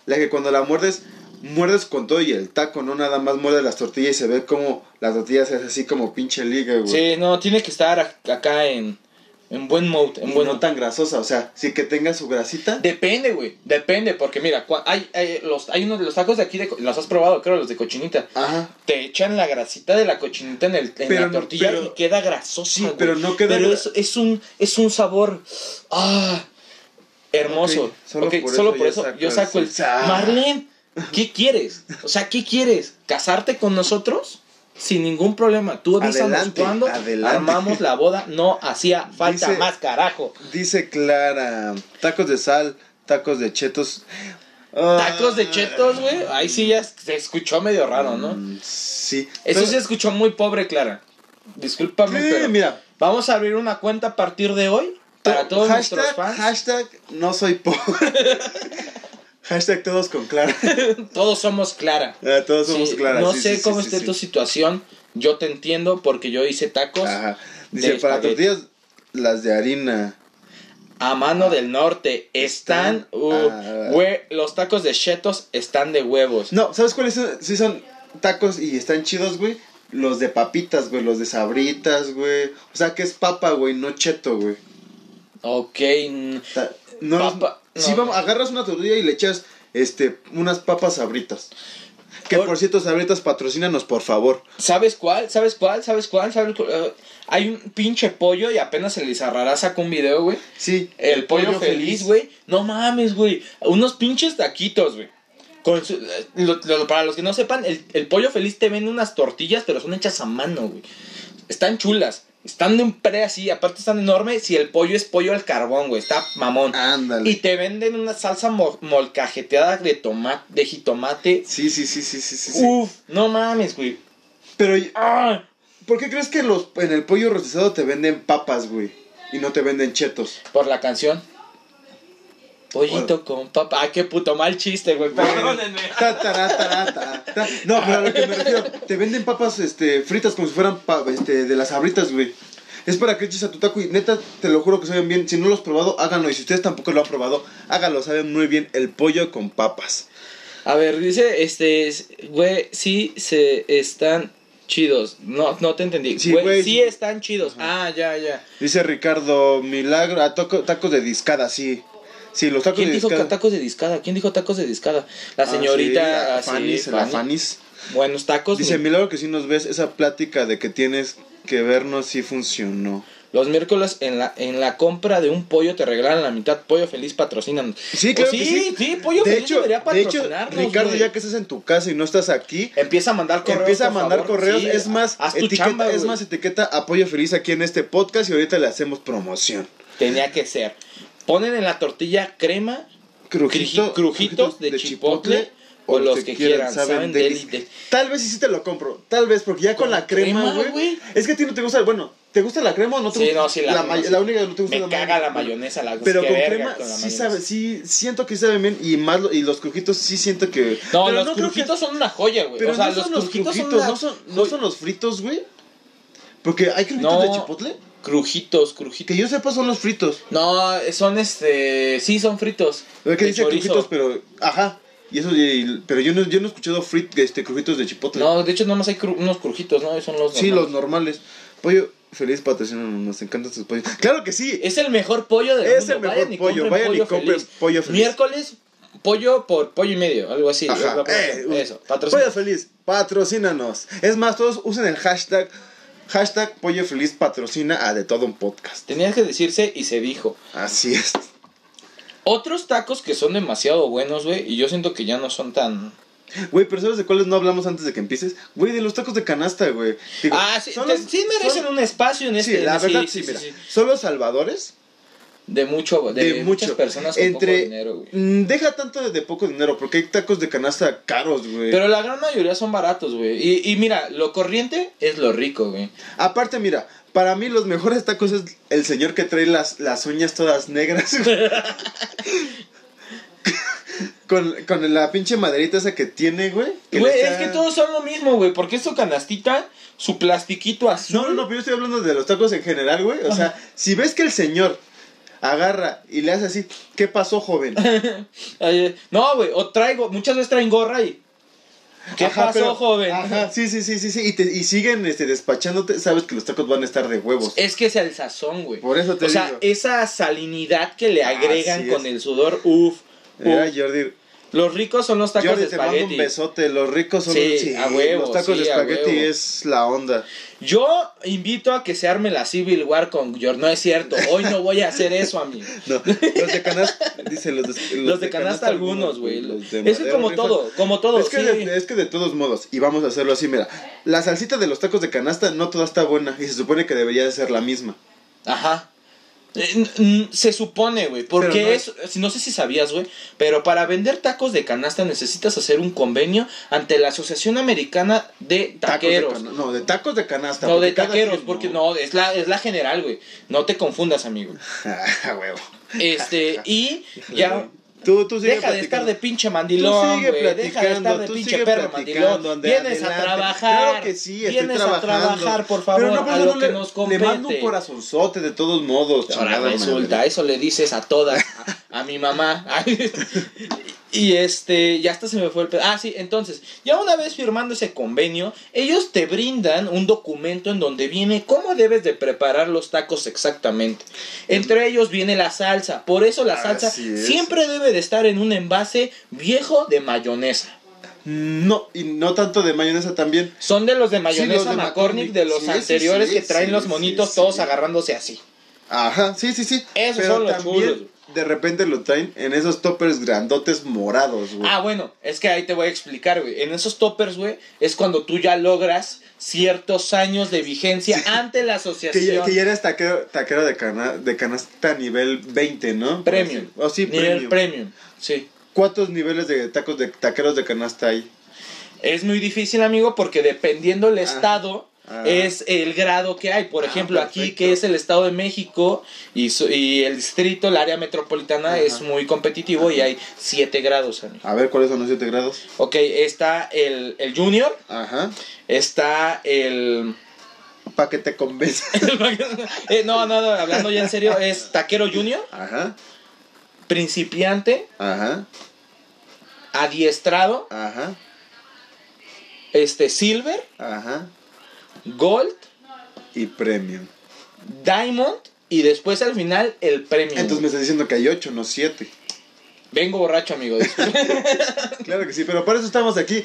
[SPEAKER 3] la que cuando la muerdes, muerdes con todo y el taco, no nada más muerdes las tortillas y se ve como las tortillas es así como pinche liga, güey.
[SPEAKER 2] Sí, no, tiene que estar ac- acá en, en buen mode. En
[SPEAKER 3] Y
[SPEAKER 2] buen
[SPEAKER 3] no
[SPEAKER 2] mood.
[SPEAKER 3] tan grasosa, o sea, sí que tenga su grasita.
[SPEAKER 2] Depende, güey. Depende, porque mira, cua- hay, hay los, hay unos de los tacos de aquí, de co- los has probado, creo, los de cochinita.
[SPEAKER 3] Ajá.
[SPEAKER 2] Te echan la grasita de la cochinita en, el, en
[SPEAKER 3] Pero
[SPEAKER 2] la
[SPEAKER 3] no-
[SPEAKER 2] tortilla
[SPEAKER 3] pero-
[SPEAKER 2] y queda grasosa.
[SPEAKER 3] Sí,
[SPEAKER 2] güey.
[SPEAKER 3] pero no queda
[SPEAKER 2] Pero
[SPEAKER 3] gra-
[SPEAKER 2] es, es, un, es un sabor. ¡Ah! Hermoso.
[SPEAKER 3] Ok,
[SPEAKER 2] Ok,
[SPEAKER 3] solo
[SPEAKER 2] solo
[SPEAKER 3] por
[SPEAKER 2] por
[SPEAKER 3] eso
[SPEAKER 2] eso,
[SPEAKER 3] ya
[SPEAKER 2] yo
[SPEAKER 3] saco
[SPEAKER 2] saco
[SPEAKER 3] el
[SPEAKER 2] el.
[SPEAKER 3] sa-
[SPEAKER 2] Marlene, ¿qué quieres? O sea, ¿qué quieres? ¿Casarte con nosotros? Sin ningún problema. Tú avísanos
[SPEAKER 3] Adelante,
[SPEAKER 2] cuando
[SPEAKER 3] adelante.
[SPEAKER 2] armamos la boda. No hacía falta
[SPEAKER 3] Dice-
[SPEAKER 2] más, carajo.
[SPEAKER 3] Dice Clara, tacos de sal, tacos de chetos. Ah,
[SPEAKER 2] Tacos de chetos, güey. Ahí sí ya se escuchó medio raro, ¿no?
[SPEAKER 3] Mm, Sí.
[SPEAKER 2] Eso
[SPEAKER 3] Pero-
[SPEAKER 2] se escuchó muy pobre, Clara. Discúlpame,
[SPEAKER 3] Sí,
[SPEAKER 2] pero.
[SPEAKER 3] mira.
[SPEAKER 2] Vamos a abrir una cuenta a partir de hoy para todos
[SPEAKER 3] hashtag,
[SPEAKER 2] nuestros fans.
[SPEAKER 3] hashtag no soy pobre. hashtag todos con clara.
[SPEAKER 2] Todos somos Clara.
[SPEAKER 3] Ah, todos somos
[SPEAKER 2] Sí,
[SPEAKER 3] claras.
[SPEAKER 2] No
[SPEAKER 3] sí,
[SPEAKER 2] sé
[SPEAKER 3] sí,
[SPEAKER 2] cómo
[SPEAKER 3] sí,
[SPEAKER 2] esté
[SPEAKER 3] sí,
[SPEAKER 2] tu
[SPEAKER 3] sí.
[SPEAKER 2] situación. Yo te entiendo porque yo hice tacos
[SPEAKER 3] Ajá.
[SPEAKER 2] de
[SPEAKER 3] Dice, para
[SPEAKER 2] espagueti.
[SPEAKER 3] tortillas, las de harina.
[SPEAKER 2] a mano del norte. Están.
[SPEAKER 3] Están-
[SPEAKER 2] uh,
[SPEAKER 3] ah.
[SPEAKER 2] hue- los tacos de chetos están de huevos.
[SPEAKER 3] No, ¿sabes cuáles son? Sí son tacos y están chidos, güey. Los de papitas, güey, los de sabritas, güey. O sea, que es papa, güey, no cheto, güey.
[SPEAKER 2] Ok. mm,
[SPEAKER 3] O sea, no,
[SPEAKER 2] Papa,
[SPEAKER 3] Si
[SPEAKER 2] no.
[SPEAKER 3] vamos, agarras una tortilla y le echas este unas papas sabritas. Que
[SPEAKER 2] Por-
[SPEAKER 3] por cierto, sabritas patrocínanos, por favor.
[SPEAKER 2] ¿Sabes cuál? ¿Sabes cuál? ¿Sabes cuál? ¿Sabes cuál? Eh, hay un pinche pollo y apenas el Lizarrará sacó un video, güey.
[SPEAKER 3] Sí.
[SPEAKER 2] El pollo, feliz, güey. No mames, güey. Unos pinches taquitos, güey. Con su- eh, lo- lo- para los que no sepan, el, el pollo feliz te vende unas tortillas, pero son hechas a mano, güey. Están chulas. Están de un pre así, aparte están enormes. Si el pollo es pollo al carbón, güey. Está mamón.
[SPEAKER 3] Ándale.
[SPEAKER 2] Y te venden una salsa mo- molcajeteada de, tomate, de jitomate.
[SPEAKER 3] Sí, sí, sí, sí, sí, sí. sí.
[SPEAKER 2] Uf, no mames, güey.
[SPEAKER 3] Uh, Pero, y-
[SPEAKER 2] Ah.
[SPEAKER 3] ¿por qué crees que los en el pollo rostizado te venden papas, güey? Y no te venden chetos.
[SPEAKER 2] Por la canción. Pollito con papá. Ah, qué puto mal chiste, güey. Perdónenme.
[SPEAKER 3] Ta, tará, tará, tará, ta. No, pero a lo que me refiero, te venden papas este, fritas como si fueran pa- este, de las sabritas, güey. Es para que eches a tu taco y neta, te lo juro que saben bien. Si no lo has probado, háganlo. Y si ustedes tampoco lo han probado, háganlo. Saben muy bien el pollo con papas.
[SPEAKER 2] A ver, dice, este, es- güey, sí se están chidos. No, no te entendí.
[SPEAKER 3] Sí,
[SPEAKER 2] güey,
[SPEAKER 3] güey,
[SPEAKER 2] sí,
[SPEAKER 3] sí.
[SPEAKER 2] están chidos. Ah, ya, ya.
[SPEAKER 3] Dice Ricardo, milagro, a toco- tacos de discada, sí. Sí, los tacos
[SPEAKER 2] ¿Quién
[SPEAKER 3] de
[SPEAKER 2] dijo
[SPEAKER 3] discada.
[SPEAKER 2] ca- tacos de discada? ¿Quién dijo tacos de discada? La
[SPEAKER 3] Ah,
[SPEAKER 2] señorita,
[SPEAKER 3] sí, la
[SPEAKER 2] así,
[SPEAKER 3] Fanis, la
[SPEAKER 2] Fanny.
[SPEAKER 3] Fanis.
[SPEAKER 2] Buenos tacos.
[SPEAKER 3] Dice,
[SPEAKER 2] mi-
[SPEAKER 3] milagro que si nos ves, esa plática de que tienes que vernos sí funcionó.
[SPEAKER 2] Los miércoles en la, en la compra de un pollo te regalan la mitad. Pollo feliz patrocinan.
[SPEAKER 3] Sí, claro
[SPEAKER 2] Oh, sí,
[SPEAKER 3] que sí.
[SPEAKER 2] sí, pollo
[SPEAKER 3] de
[SPEAKER 2] feliz
[SPEAKER 3] hecho,
[SPEAKER 2] debería
[SPEAKER 3] de hecho,
[SPEAKER 2] patrocinarnos.
[SPEAKER 3] Ricardo,
[SPEAKER 2] güey.
[SPEAKER 3] ya que estás en tu casa y no estás aquí,
[SPEAKER 2] Empieza a mandar correos.
[SPEAKER 3] empieza a
[SPEAKER 2] por
[SPEAKER 3] mandar
[SPEAKER 2] favor.
[SPEAKER 3] correos.
[SPEAKER 2] Sí,
[SPEAKER 3] es más,
[SPEAKER 2] haz tu
[SPEAKER 3] etiqueta,
[SPEAKER 2] chamba,
[SPEAKER 3] es
[SPEAKER 2] güey.
[SPEAKER 3] más, etiqueta apoyo feliz aquí en este podcast y ahorita le hacemos promoción.
[SPEAKER 2] Tenía que ser. Ponen en la tortilla crema,
[SPEAKER 3] Crujito-
[SPEAKER 2] cruji- crujitos de, chipotle, o los que, quieran, saben deli. de-
[SPEAKER 3] Tal vez sí, sí te lo compro, tal vez, porque ya con,
[SPEAKER 2] ¿Con
[SPEAKER 3] la crema,
[SPEAKER 2] crema,
[SPEAKER 3] güey.
[SPEAKER 2] güey?
[SPEAKER 3] Es que a ti no te gusta, bueno, ¿te gusta la crema o no te
[SPEAKER 2] Sí,
[SPEAKER 3] gusta?
[SPEAKER 2] no, sí, la
[SPEAKER 3] la,
[SPEAKER 2] crema,
[SPEAKER 3] may-
[SPEAKER 2] sí.
[SPEAKER 3] la única que no te gusta
[SPEAKER 2] Me
[SPEAKER 3] es la
[SPEAKER 2] caga la mayonesa, la
[SPEAKER 3] Pero
[SPEAKER 2] qué
[SPEAKER 3] con
[SPEAKER 2] verga
[SPEAKER 3] crema
[SPEAKER 2] con la
[SPEAKER 3] sí
[SPEAKER 2] mayonesa.
[SPEAKER 3] sabe, sí siento que saben bien y más lo- y los crujitos sí siento que
[SPEAKER 2] No,
[SPEAKER 3] pero
[SPEAKER 2] los
[SPEAKER 3] no creo que-
[SPEAKER 2] crujitos son una joya, güey.
[SPEAKER 3] Pero
[SPEAKER 2] O sea,
[SPEAKER 3] no
[SPEAKER 2] los
[SPEAKER 3] son los
[SPEAKER 2] crujitos,
[SPEAKER 3] crujitos,
[SPEAKER 2] son una-
[SPEAKER 3] no, son, no son los fritos, güey. Porque hay crujitos
[SPEAKER 2] No.
[SPEAKER 3] de chipotle.
[SPEAKER 2] Crujitos,
[SPEAKER 3] Que
[SPEAKER 2] crujitos.
[SPEAKER 3] yo sepa son los fritos.
[SPEAKER 2] No, eh, son este. Sí, son fritos.
[SPEAKER 3] Lo que
[SPEAKER 2] de
[SPEAKER 3] dice
[SPEAKER 2] chorizo.
[SPEAKER 3] crujitos, pero. Ajá. Y eso, y- pero yo no, yo no he escuchado frit, este, crujitos de chipotle.
[SPEAKER 2] No, de hecho, nomás hay cru- unos crujitos, ¿no? Son los.
[SPEAKER 3] sí,
[SPEAKER 2] normales.
[SPEAKER 3] los normales. Pollo, feliz patrocinio, nos encantan sus pollos. ¡Claro que sí!
[SPEAKER 2] Es el mejor pollo del
[SPEAKER 3] Es
[SPEAKER 2] mundo.
[SPEAKER 3] el mejor
[SPEAKER 2] vayan y
[SPEAKER 3] pollo,
[SPEAKER 2] compren
[SPEAKER 3] vayan y compren pollo feliz.
[SPEAKER 2] Miércoles, pollo por pollo y medio, algo así. es
[SPEAKER 3] Ajá.
[SPEAKER 2] la promoción.
[SPEAKER 3] eh,
[SPEAKER 2] Eso, patrocina.
[SPEAKER 3] pollo feliz, patrocínanos. Es más, todos usen el hashtag. Hashtag pollo feliz patrocina a de todo un podcast.
[SPEAKER 2] Tenía que decirse y se dijo.
[SPEAKER 3] Así es.
[SPEAKER 2] Otros tacos que son demasiado buenos, güey, y yo siento que ya no son tan...
[SPEAKER 3] Güey, pero ¿sabes de cuáles no hablamos antes de que empieces? Güey, de los tacos de canasta, güey. Digo,
[SPEAKER 2] ah, sí,
[SPEAKER 3] son
[SPEAKER 2] te-
[SPEAKER 3] los-
[SPEAKER 2] sí merecen
[SPEAKER 3] son-
[SPEAKER 2] un espacio en este...
[SPEAKER 3] Sí, la
[SPEAKER 2] sí,
[SPEAKER 3] verdad,
[SPEAKER 2] sí,
[SPEAKER 3] sí,
[SPEAKER 2] sí,
[SPEAKER 3] mira.
[SPEAKER 2] sí.
[SPEAKER 3] Son los salvadores
[SPEAKER 2] De mucho, güey,
[SPEAKER 3] de,
[SPEAKER 2] de, muchas
[SPEAKER 3] mucho.
[SPEAKER 2] personas con
[SPEAKER 3] Entre,
[SPEAKER 2] poco dinero, güey.
[SPEAKER 3] mm, Deja tanto de, de poco dinero, porque hay tacos de canasta caros, güey.
[SPEAKER 2] Pero la gran mayoría son baratos, güey. Y, y mira, lo corriente es lo rico, güey.
[SPEAKER 3] Aparte, mira, para mí los mejores tacos es el señor que trae las, las uñas todas negras. güey. con, con la pinche maderita esa que tiene, güey. que le
[SPEAKER 2] Güey, es
[SPEAKER 3] está-
[SPEAKER 2] que todos son lo mismo, güey. Porque es su canastita, su plastiquito azul...
[SPEAKER 3] No, no, no, pero yo estoy hablando de los tacos en general, güey. O sea, si ves que el señor agarra y le hace así, ¿qué pasó, joven?
[SPEAKER 2] Eh, no, güey, o traigo, muchas veces traen gorra y... ¿Qué
[SPEAKER 3] Ajá,
[SPEAKER 2] pasó,
[SPEAKER 3] pero-
[SPEAKER 2] joven?
[SPEAKER 3] Ajá, sí, sí, sí, sí, sí. Y, te- y siguen este, despachándote, sabes que los tacos van a estar de huevos.
[SPEAKER 2] Es que es el sazón, güey.
[SPEAKER 3] Por eso te
[SPEAKER 2] Eh, o sea, eh,
[SPEAKER 3] digo. Ah,
[SPEAKER 2] esa salinidad que le agregan
[SPEAKER 3] Así
[SPEAKER 2] con
[SPEAKER 3] es.
[SPEAKER 2] el sudor, uff.
[SPEAKER 3] Mira, Jordi,
[SPEAKER 2] Los ricos son los tacos
[SPEAKER 3] Jordi,
[SPEAKER 2] de
[SPEAKER 3] te mando un
[SPEAKER 2] espagueti.
[SPEAKER 3] besote. Los ricos son
[SPEAKER 2] Sí, a huevo,
[SPEAKER 3] Los tacos
[SPEAKER 2] sí,
[SPEAKER 3] de
[SPEAKER 2] a
[SPEAKER 3] espagueti
[SPEAKER 2] huevo.
[SPEAKER 3] es la onda.
[SPEAKER 2] Yo invito a que se arme la Civil War con George. No es cierto, hoy no voy a hacer eso, amigo.
[SPEAKER 3] No, los de canasta, dice, los de,
[SPEAKER 2] Los de canasta algunos, güey.
[SPEAKER 3] los de
[SPEAKER 2] Es que
[SPEAKER 3] madera,
[SPEAKER 2] como
[SPEAKER 3] rifa.
[SPEAKER 2] todo, como todo,
[SPEAKER 3] Es que,
[SPEAKER 2] sí.
[SPEAKER 3] de, es que de todos modos, y vamos a hacerlo así, mira, la salsita de los tacos de canasta no toda está buena y se supone que debería de ser la misma.
[SPEAKER 2] Ajá. Eh, n- n- Se supone, güey, porque
[SPEAKER 3] Pero no
[SPEAKER 2] es, no sé si sabías, güey, pero para vender tacos de canasta necesitas hacer un convenio ante la Asociación Americana de
[SPEAKER 3] Tacos de
[SPEAKER 2] Taqueros.
[SPEAKER 3] cana- no, de tacos de canasta.
[SPEAKER 2] no, de
[SPEAKER 3] cada
[SPEAKER 2] taqueros,
[SPEAKER 3] quien-
[SPEAKER 2] porque no, es la, es la general, güey. No te confundas, amigo.
[SPEAKER 3] Ah, huevo.
[SPEAKER 2] Este, y ya,
[SPEAKER 3] Tú, tú sigue
[SPEAKER 2] Deja de estar de pinche
[SPEAKER 3] Tú
[SPEAKER 2] mandilón,
[SPEAKER 3] sigue
[SPEAKER 2] güey. Deja de estar
[SPEAKER 3] platicando,
[SPEAKER 2] de
[SPEAKER 3] tú
[SPEAKER 2] pinche
[SPEAKER 3] sigue
[SPEAKER 2] perro
[SPEAKER 3] platicando,
[SPEAKER 2] mandilón.
[SPEAKER 3] ande,
[SPEAKER 2] Vienes a
[SPEAKER 3] adelante.
[SPEAKER 2] trabajar.
[SPEAKER 3] Claro que sí, estoy
[SPEAKER 2] Vienes a trabajar,
[SPEAKER 3] trabajando.
[SPEAKER 2] por favor,
[SPEAKER 3] Pero no, por
[SPEAKER 2] a
[SPEAKER 3] eso
[SPEAKER 2] lo
[SPEAKER 3] no
[SPEAKER 2] que
[SPEAKER 3] le,
[SPEAKER 2] nos
[SPEAKER 3] le
[SPEAKER 2] compete.
[SPEAKER 3] mando un corazonzote de todos modos.
[SPEAKER 2] Ahora
[SPEAKER 3] chingada
[SPEAKER 2] resulta,
[SPEAKER 3] madre.
[SPEAKER 2] eso le dices a todas, a, a mi mamá. y este, ya hasta se me fue el pedo. Ah, sí, entonces, ya una vez firmando ese convenio, ellos te brindan un documento en donde viene cómo debes de preparar los tacos exactamente. Entre ellos viene la salsa, por eso la salsa
[SPEAKER 3] Em. Así es.
[SPEAKER 2] siempre debe de estar en un envase viejo de mayonesa.
[SPEAKER 3] No, y no tanto de mayonesa también.
[SPEAKER 2] Son de los de mayonesa
[SPEAKER 3] los de
[SPEAKER 2] McCormick,
[SPEAKER 3] McCormick.
[SPEAKER 2] de los
[SPEAKER 3] Sí, sí,
[SPEAKER 2] anteriores
[SPEAKER 3] sí,
[SPEAKER 2] que traen
[SPEAKER 3] sí,
[SPEAKER 2] los
[SPEAKER 3] sí,
[SPEAKER 2] monitos
[SPEAKER 3] sí.
[SPEAKER 2] todos agarrándose así.
[SPEAKER 3] Ajá, sí, sí, sí.
[SPEAKER 2] Esos son los chulos, güey.
[SPEAKER 3] de repente lo traen en esos toppers grandotes morados, güey.
[SPEAKER 2] Ah, bueno, es que ahí te voy a explicar, güey. En esos toppers, güey, es cuando tú ya logras ciertos años de vigencia ante la
[SPEAKER 3] que, ya,
[SPEAKER 2] asociación.
[SPEAKER 3] que ya eres taquero, taquero de, cana- de canasta nivel 20, ¿no?
[SPEAKER 2] Premium.
[SPEAKER 3] O Oh, sí,
[SPEAKER 2] Nivel
[SPEAKER 3] premium.
[SPEAKER 2] premium. Sí.
[SPEAKER 3] ¿Cuántos niveles de tacos de taqueros de canasta hay?
[SPEAKER 2] Es muy difícil, amigo, porque dependiendo el
[SPEAKER 3] Ah,
[SPEAKER 2] estado.
[SPEAKER 3] ah.
[SPEAKER 2] Es el grado que hay, por
[SPEAKER 3] Ah,
[SPEAKER 2] ejemplo, aquí
[SPEAKER 3] perfecto.
[SPEAKER 2] que es el Estado de México y, su- y el distrito, el área metropolitana
[SPEAKER 3] Ajá.
[SPEAKER 2] es muy competitivo y hay 7 grados, amigo.
[SPEAKER 3] A ver, ¿cuáles son los 7 grados?
[SPEAKER 2] Ok, está el, el junior,
[SPEAKER 3] Ajá.
[SPEAKER 2] está el...
[SPEAKER 3] Para que te convenza.
[SPEAKER 2] Eh, no, no, no, hablando ya en serio, es taquero junior,
[SPEAKER 3] Ajá,
[SPEAKER 2] principiante,
[SPEAKER 3] ajá,
[SPEAKER 2] adiestrado,
[SPEAKER 3] ajá,
[SPEAKER 2] este silver,
[SPEAKER 3] ajá.
[SPEAKER 2] gold,
[SPEAKER 3] Y premium.
[SPEAKER 2] diamond y después al final el premio.
[SPEAKER 3] Entonces me estás diciendo que hay 8, no 7.
[SPEAKER 2] Vengo borracho, amigo. disculpe.
[SPEAKER 3] Claro que sí, pero para eso estamos aquí,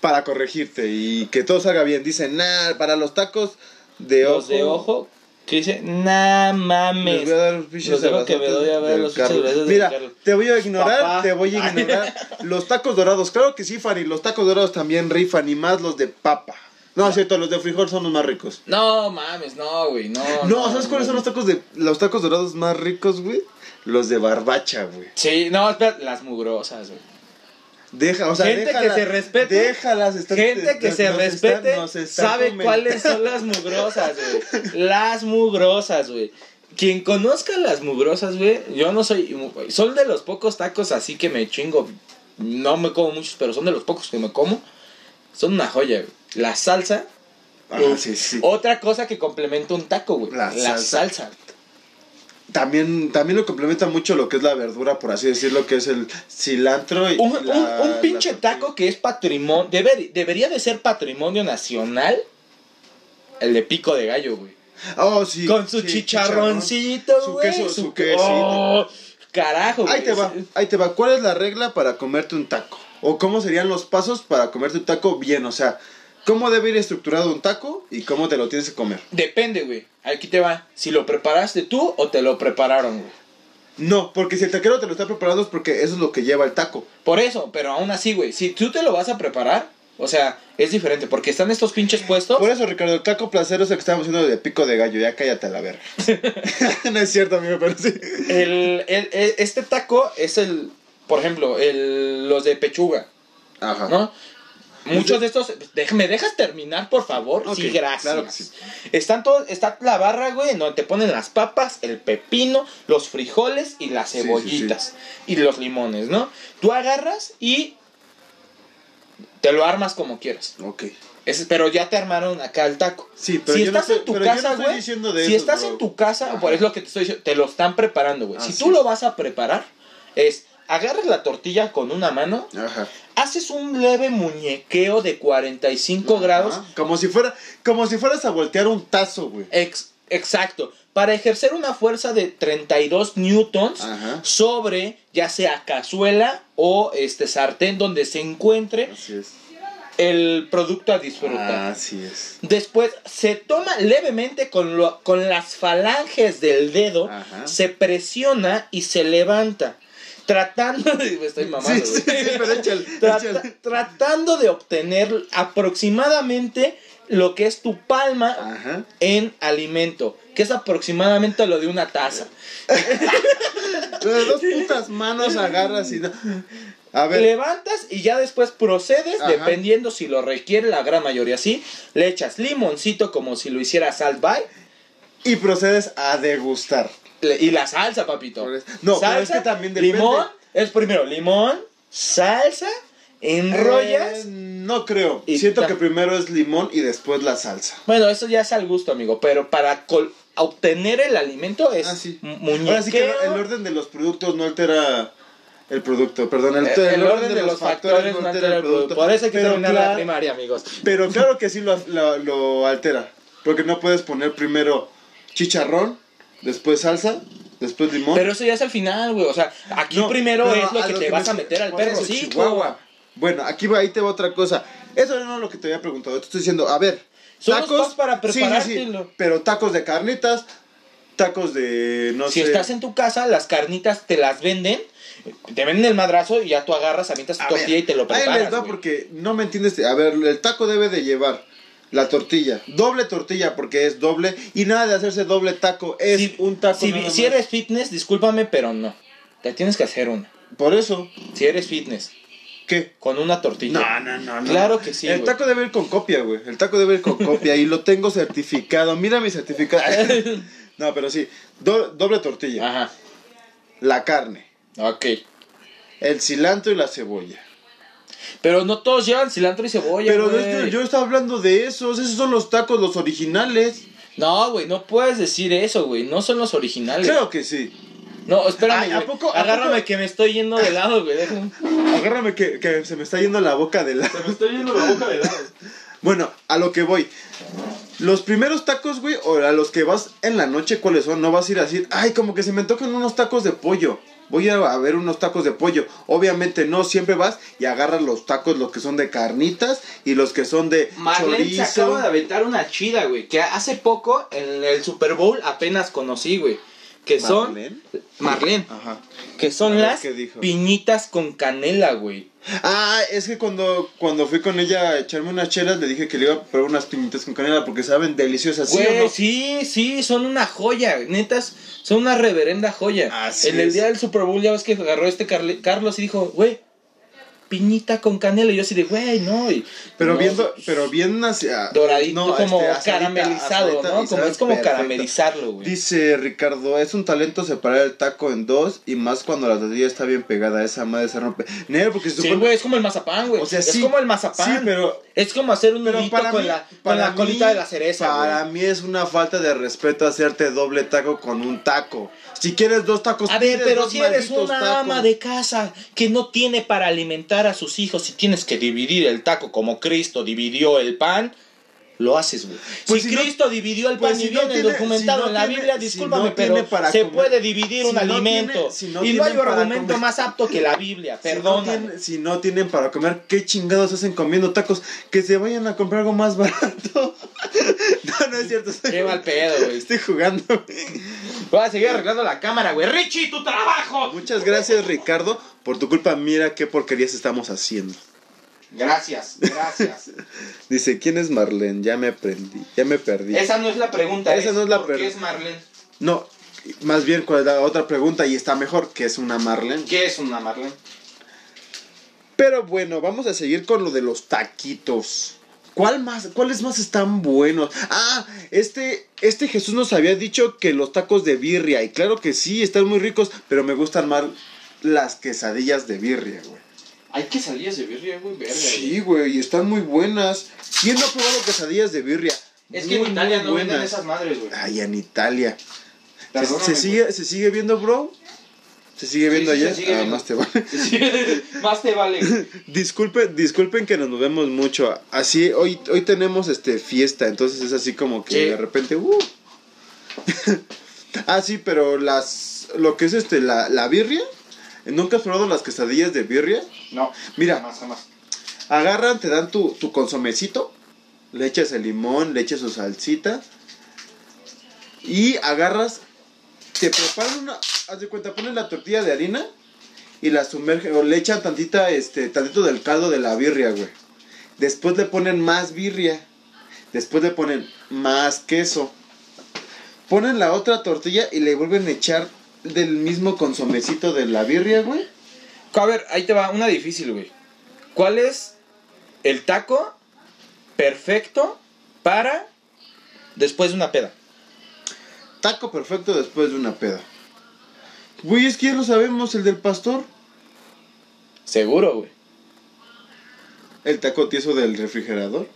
[SPEAKER 3] para corregirte y que todo salga bien. Dicen, nah, para los tacos de ojo.
[SPEAKER 2] Los de ojo que dice, nah
[SPEAKER 3] les voy a
[SPEAKER 2] mames.
[SPEAKER 3] dar los pinches
[SPEAKER 2] Los dejo que
[SPEAKER 3] abrazos
[SPEAKER 2] me doy a ver
[SPEAKER 3] del
[SPEAKER 2] los pinches
[SPEAKER 3] Carlos".
[SPEAKER 2] abrazos del
[SPEAKER 3] Mira,
[SPEAKER 2] Carlos.
[SPEAKER 3] te voy a ignorar,
[SPEAKER 2] Papá.
[SPEAKER 3] te voy a ignorar. los tacos dorados, claro que sí, Fanny. Los tacos dorados también rifan y más los de papa. No, es cierto, los de frijol son los más ricos.
[SPEAKER 2] No mames, no, güey, no.
[SPEAKER 3] No, ¿sabes cuáles son
[SPEAKER 2] no.
[SPEAKER 3] los tacos de los tacos dorados más ricos, güey? Los de barbacha, güey.
[SPEAKER 2] Sí, no, espera, las mugrosas, güey.
[SPEAKER 3] Deja, o sea,
[SPEAKER 2] Gente que
[SPEAKER 3] déjala-
[SPEAKER 2] se respete.
[SPEAKER 3] Déjalas, están-
[SPEAKER 2] Gente que
[SPEAKER 3] nos-
[SPEAKER 2] se
[SPEAKER 3] nos
[SPEAKER 2] respete
[SPEAKER 3] están- nos están
[SPEAKER 2] sabe
[SPEAKER 3] comen-
[SPEAKER 2] cuáles son las mugrosas, güey. Las mugrosas, güey. Quien conozca las mugrosas, güey, yo no soy... Son de los pocos tacos así que me chingo. No me como muchos, pero son de los pocos que me como. Son una joya, güey. La salsa. Eh,
[SPEAKER 3] Ah, sí, sí.
[SPEAKER 2] Otra cosa que complementa un taco, güey. La,
[SPEAKER 3] La
[SPEAKER 2] salsa.
[SPEAKER 3] salsa. También, también lo complementa mucho lo que es la verdura, por así decirlo, que es el cilantro y
[SPEAKER 2] Un, un-
[SPEAKER 3] la-
[SPEAKER 2] un
[SPEAKER 3] la
[SPEAKER 2] pinche
[SPEAKER 3] tortilla.
[SPEAKER 2] taco que es patrimonio... deber- debería de ser patrimonio nacional. El de pico de gallo, güey.
[SPEAKER 3] Oh, sí.
[SPEAKER 2] Con su
[SPEAKER 3] sí,
[SPEAKER 2] chicharroncito,
[SPEAKER 3] Su
[SPEAKER 2] güey.
[SPEAKER 3] queso, su quesito.
[SPEAKER 2] Oh, carajo,
[SPEAKER 3] Ahí te va, ahí te va. ¿Cuál es la regla para comerte un taco? ¿O cómo serían los pasos para comerte un taco bien? O sea, ¿cómo debe ir estructurado un taco y cómo te lo tienes que comer?
[SPEAKER 2] Depende, güey. Aquí te va. Si lo preparaste tú o te lo prepararon, güey.
[SPEAKER 3] No, porque si el taquero te lo está preparando es porque eso es lo que lleva el taco.
[SPEAKER 2] Por eso, pero aún así, güey. Si tú te lo vas a preparar, o sea, es diferente. Porque están estos pinches puestos.
[SPEAKER 3] Por eso, Ricardo, el taco placero es el que estábamos haciendo de pico de gallo. Ya cállate a la verga. no es cierto, amigo, pero sí.
[SPEAKER 2] El, el- el- este taco es el. Por ejemplo, el, los de pechuga,
[SPEAKER 3] Ajá.
[SPEAKER 2] ¿no? Muchos de estos. dej- ¿Me dejas terminar, por favor?
[SPEAKER 3] Ok,
[SPEAKER 2] sí, gracias.
[SPEAKER 3] claro que sí.
[SPEAKER 2] Están todos, está la barra, güey, en donde te ponen las papas, el pepino, los frijoles y las
[SPEAKER 3] Sí, sí,
[SPEAKER 2] cebollitas. Y los limones, ¿no? Tú agarras y te lo armas como quieras.
[SPEAKER 3] Ok.
[SPEAKER 2] Es- pero ya te armaron acá el taco.
[SPEAKER 3] Sí, pero
[SPEAKER 2] si
[SPEAKER 3] yo no
[SPEAKER 2] estás
[SPEAKER 3] estoy-
[SPEAKER 2] en tu
[SPEAKER 3] pero yo no
[SPEAKER 2] casa,
[SPEAKER 3] estoy
[SPEAKER 2] güey.
[SPEAKER 3] diciendo de
[SPEAKER 2] si
[SPEAKER 3] esos,
[SPEAKER 2] estás
[SPEAKER 3] bro.
[SPEAKER 2] en tu casa,
[SPEAKER 3] Ajá.
[SPEAKER 2] por es lo que te estoy diciendo, te lo están preparando, güey. Si
[SPEAKER 3] Así
[SPEAKER 2] tú lo
[SPEAKER 3] es.
[SPEAKER 2] vas a preparar, es agarras la tortilla con una mano,
[SPEAKER 3] Ajá.
[SPEAKER 2] haces un leve muñequeo de 45 grados
[SPEAKER 3] Ajá. Como si fuera, como si fueras a voltear un tazo, güey.
[SPEAKER 2] Ex- exacto. Para ejercer una fuerza de 32 newtons
[SPEAKER 3] Ajá.
[SPEAKER 2] sobre ya sea cazuela o este sartén donde se encuentre
[SPEAKER 3] Así es.
[SPEAKER 2] el producto a disfrutar.
[SPEAKER 3] Así es.
[SPEAKER 2] Después se toma levemente con, lo- con las falanges del dedo,
[SPEAKER 3] Ajá.
[SPEAKER 2] se presiona y se levanta. Tratando de... me Estoy mamando,
[SPEAKER 3] sí, sí, sí,
[SPEAKER 2] güey.
[SPEAKER 3] pero échale,
[SPEAKER 2] Trata-
[SPEAKER 3] échale.
[SPEAKER 2] tratando de obtener aproximadamente lo que es tu palma
[SPEAKER 3] Ajá.
[SPEAKER 2] en alimento, que es aproximadamente lo de una taza.
[SPEAKER 3] Las dos putas manos agarras y. no- A ver.
[SPEAKER 2] Levantas y ya después procedes,
[SPEAKER 3] Ajá.
[SPEAKER 2] dependiendo si lo requiere la gran mayoría, sí. Le echas limoncito como si lo hicieras salt by
[SPEAKER 3] Y procedes a degustar.
[SPEAKER 2] le- y la salsa, papito.
[SPEAKER 3] Por eso- no, pero es que también depende.
[SPEAKER 2] Limón, es primero limón, salsa, enrollas.
[SPEAKER 3] Eh, no creo.
[SPEAKER 2] Y
[SPEAKER 3] Siento
[SPEAKER 2] ta-
[SPEAKER 3] que primero es limón y después la salsa.
[SPEAKER 2] Bueno, eso ya es al gusto, amigo, pero para col- obtener el alimento es
[SPEAKER 3] Ah, sí.
[SPEAKER 2] mu- muñequeo.
[SPEAKER 3] Ahora sí que el el orden de los productos no altera el producto, perdón, el,
[SPEAKER 2] El,
[SPEAKER 3] el
[SPEAKER 2] el orden de los factores no altera el producto. Por eso hay que
[SPEAKER 3] pero,
[SPEAKER 2] terminar la
[SPEAKER 3] cla-
[SPEAKER 2] primaria, amigos.
[SPEAKER 3] pero claro que sí lo, lo- lo altera, porque no puedes poner primero chicharrón, después salsa, después limón.
[SPEAKER 2] Pero eso ya es al final, güey. O sea, aquí
[SPEAKER 3] No,
[SPEAKER 2] primero
[SPEAKER 3] pero
[SPEAKER 2] es lo
[SPEAKER 3] a
[SPEAKER 2] que te
[SPEAKER 3] me-
[SPEAKER 2] vas a meter al
[SPEAKER 3] por
[SPEAKER 2] perro,
[SPEAKER 3] eso,
[SPEAKER 2] sí.
[SPEAKER 3] Chihuahua. Bueno, aquí va, ahí te va otra cosa. Eso no es lo que te había preguntado. Te estoy diciendo, a ver,
[SPEAKER 2] Son los pas para
[SPEAKER 3] sí, sí, sí,
[SPEAKER 2] preparártelo.
[SPEAKER 3] pero tacos de carnitas, tacos de no
[SPEAKER 2] si
[SPEAKER 3] sé.
[SPEAKER 2] estás en tu casa, las carnitas te las venden, te venden el madrazo y ya tú agarras, avientas tu
[SPEAKER 3] A
[SPEAKER 2] tortilla
[SPEAKER 3] ver,
[SPEAKER 2] y te lo preparas.
[SPEAKER 3] Ahí les va
[SPEAKER 2] güey.
[SPEAKER 3] porque no me entiendes. A ver, el taco debe de llevar la tortilla, doble tortilla porque es doble y nada de hacerse doble taco, es
[SPEAKER 2] Si-
[SPEAKER 3] un taco
[SPEAKER 2] si,
[SPEAKER 3] nada
[SPEAKER 2] si
[SPEAKER 3] más.
[SPEAKER 2] eres fitness, discúlpame, pero no. Te tienes que hacer una.
[SPEAKER 3] Por eso,
[SPEAKER 2] Si eres fitness,
[SPEAKER 3] ¿qué?
[SPEAKER 2] con una tortilla.
[SPEAKER 3] No, no, no, no.
[SPEAKER 2] Claro que sí.
[SPEAKER 3] el
[SPEAKER 2] güey.
[SPEAKER 3] taco debe ir con copia, güey. El taco debe ir con copia y lo tengo certificado. Mira mi certificado. no, pero sí, do- doble tortilla,
[SPEAKER 2] Ajá.
[SPEAKER 3] la carne,
[SPEAKER 2] Ok.
[SPEAKER 3] el cilantro y la cebolla.
[SPEAKER 2] Pero no todos llevan cilantro y cebolla.
[SPEAKER 3] pero
[SPEAKER 2] güey.
[SPEAKER 3] yo, yo estaba hablando de esos, esos son los tacos los originales.
[SPEAKER 2] No, güey, no puedes decir eso, güey. No son los originales.
[SPEAKER 3] Claro que sí.
[SPEAKER 2] No, espérame,
[SPEAKER 3] Ay, ¿a
[SPEAKER 2] güey.
[SPEAKER 3] poco- a
[SPEAKER 2] Agárrame
[SPEAKER 3] poco?
[SPEAKER 2] que me estoy yendo de lado, güey. Déjame.
[SPEAKER 3] Agárrame que, que se me está yendo la boca de la...
[SPEAKER 4] Se me está yendo la boca de lado.
[SPEAKER 3] Bueno, a lo que voy. Los primeros tacos, güey, o a los que vas en la noche, ¿cuáles son? No vas a ir a decir, ay, como que se me tocan unos tacos de pollo. Voy a ir a ver unos tacos de pollo. Obviamente no, siempre vas y agarras los tacos, los que son de carnitas y los que son de
[SPEAKER 2] Marlene se
[SPEAKER 3] chorizo.
[SPEAKER 2] acaba de aventar una chida, güey. Que hace poco, en el Super Bowl, apenas conocí, güey. Que son. Marlene.
[SPEAKER 3] ¿Marlene? Ajá.
[SPEAKER 2] que
[SPEAKER 3] A
[SPEAKER 2] son
[SPEAKER 3] ver,
[SPEAKER 2] las
[SPEAKER 3] ¿qué dijo?
[SPEAKER 2] piñitas con canela, güey.
[SPEAKER 3] Ah, es que cuando, cuando fui con ella a echarme unas chelas, le dije que le iba a probar unas pinitas con canela porque saben deliciosas, ¿sí o
[SPEAKER 2] Güey,
[SPEAKER 3] no?
[SPEAKER 2] sí, sí, son una joya. Netas, son una reverenda joya.
[SPEAKER 3] Así
[SPEAKER 2] en el
[SPEAKER 3] es.
[SPEAKER 2] día del Super Bowl, ya ves que agarró este Carle- Carlos y dijo, güey, piñita con canela. Y yo así de, güey, no. y-
[SPEAKER 3] Pero
[SPEAKER 2] no,
[SPEAKER 3] viendo, pero bien hacia...
[SPEAKER 2] Doradito,
[SPEAKER 3] no,
[SPEAKER 2] como
[SPEAKER 3] este, asadita,
[SPEAKER 2] caramelizado,
[SPEAKER 3] asadita, y
[SPEAKER 2] ¿no? Como,
[SPEAKER 3] sabe
[SPEAKER 2] es como
[SPEAKER 3] perfecto.
[SPEAKER 2] caramelizarlo, güey.
[SPEAKER 3] Dice Ricardo, es un talento separar el taco en dos y más cuando la tortilla está bien pegada, esa madre se rompe. Negro, porque se
[SPEAKER 2] Sí,
[SPEAKER 3] supone...
[SPEAKER 2] güey, es como el mazapán, güey.
[SPEAKER 3] o sea,
[SPEAKER 2] es
[SPEAKER 3] sí,
[SPEAKER 2] como el
[SPEAKER 3] sí,
[SPEAKER 2] mazapán.
[SPEAKER 3] pero...
[SPEAKER 2] Es como hacer un
[SPEAKER 3] Pero
[SPEAKER 2] nudito
[SPEAKER 3] para
[SPEAKER 2] con
[SPEAKER 3] mí,
[SPEAKER 2] la, con
[SPEAKER 3] para
[SPEAKER 2] la colita
[SPEAKER 3] mí-
[SPEAKER 2] de la cereza,
[SPEAKER 3] Para mí es una falta de respeto hacerte doble taco con un taco. Si quieres dos tacos,
[SPEAKER 2] güey. A ver,
[SPEAKER 3] pides
[SPEAKER 2] pero
[SPEAKER 3] dos
[SPEAKER 2] si eres
[SPEAKER 3] malditos
[SPEAKER 2] una
[SPEAKER 3] tacos.
[SPEAKER 2] ama de casa que no tiene para alimentar a sus hijos y tienes que dividir el taco como Cristo dividió el pan, lo haces, güey.
[SPEAKER 3] Pues
[SPEAKER 2] si,
[SPEAKER 3] si no-
[SPEAKER 2] Cristo dividió el
[SPEAKER 3] pues
[SPEAKER 2] pan
[SPEAKER 3] si
[SPEAKER 2] y
[SPEAKER 3] no
[SPEAKER 2] viene
[SPEAKER 3] tiene-
[SPEAKER 2] documentado
[SPEAKER 3] si no
[SPEAKER 2] en la
[SPEAKER 3] tiene-
[SPEAKER 2] Biblia,
[SPEAKER 3] si
[SPEAKER 2] discúlpame,
[SPEAKER 3] no tiene
[SPEAKER 2] pero
[SPEAKER 3] para
[SPEAKER 2] se
[SPEAKER 3] comer-
[SPEAKER 2] puede dividir
[SPEAKER 3] si
[SPEAKER 2] un
[SPEAKER 3] no
[SPEAKER 2] alimento.
[SPEAKER 3] tiene- si no
[SPEAKER 2] y no hay
[SPEAKER 3] tienen para
[SPEAKER 2] argumento
[SPEAKER 3] comer.
[SPEAKER 2] más apto que la Biblia,
[SPEAKER 3] Si no
[SPEAKER 2] perdona.
[SPEAKER 3] tienen- Si no, tienen para comer, ¿qué chingados hacen comiendo tacos? Que se vayan a comprar algo más barato. no, no es cierto. estoy-
[SPEAKER 2] Qué mal pedo, güey.
[SPEAKER 3] Estoy jugando.
[SPEAKER 2] Voy a seguir arreglando la cámara, güey. Richie, tu trabajo.
[SPEAKER 3] Muchas gracias, Ricardo. Por tu culpa, mira qué porquerías estamos haciendo.
[SPEAKER 2] Gracias, gracias.
[SPEAKER 3] Dice, ¿quién es Marlene? Ya me aprendí, ya me perdí.
[SPEAKER 2] Esa no es la pregunta.
[SPEAKER 3] Esa no es la
[SPEAKER 2] ¿por qué
[SPEAKER 3] pregunta.
[SPEAKER 2] es Marlene?
[SPEAKER 3] No, más bien cuál es la otra pregunta y está mejor, que es una Marlene.
[SPEAKER 2] ¿Qué es una Marlene?
[SPEAKER 3] Pero bueno, vamos a seguir con lo de los taquitos. ¿Cuál más, ¿Cuáles más están buenos? Ah, este, este Jesús nos había dicho que los tacos de birria, y claro que sí, están muy ricos, pero me gustan más las quesadillas de birria, güey.
[SPEAKER 2] Hay quesadillas de birria, güey, verga.
[SPEAKER 3] Sí, güey, y están muy buenes. ¿Quién no ha probado quesadillas de birria?
[SPEAKER 2] Es que
[SPEAKER 3] Muy,
[SPEAKER 2] en Italia
[SPEAKER 3] muy
[SPEAKER 2] no venden
[SPEAKER 3] buenas.
[SPEAKER 2] esas madres, güey.
[SPEAKER 3] Ay, en Italia. ¿Se,
[SPEAKER 2] Perdóname,
[SPEAKER 3] se sigue, ¿Se sigue viendo, bro? ¿Se sigue viendo
[SPEAKER 2] sí, se
[SPEAKER 3] allá?
[SPEAKER 2] sigue
[SPEAKER 3] Ah,
[SPEAKER 2] viendo.
[SPEAKER 3] más te vale.
[SPEAKER 2] güey. Sí, Más te vale. güey.
[SPEAKER 3] Disculpen, disculpen que nos vemos mucho. Así, hoy, hoy tenemos este fiesta, entonces es así como que
[SPEAKER 2] Sí.
[SPEAKER 3] de repente. ¡uh! ah, sí, pero las. Lo que es este, la, la birria. ¿Nunca has probado las quesadillas de birria?
[SPEAKER 2] No.
[SPEAKER 3] Mira.
[SPEAKER 2] Jamás, jamás.
[SPEAKER 3] Agarran, te dan tu, tu consomecito, le echas el limón, le echas su salsita y agarras, te preparan una, haz de cuenta, ponen la tortilla de harina y la sumergen, o le echan tantita, este, tantito del caldo de la birria, güey. Después le ponen más birria, Después le ponen más queso. Ponen la otra tortilla y le vuelven a echar del mismo consomecito de la birria, güey.
[SPEAKER 2] A ver, ahí te va, una difícil, güey. ¿Cuál es el taco perfecto para después de una peda?
[SPEAKER 3] Taco perfecto después de una peda. Güey, es que ya lo sabemos, el del pastor.
[SPEAKER 2] Seguro, güey.
[SPEAKER 3] El taco tieso del refrigerador.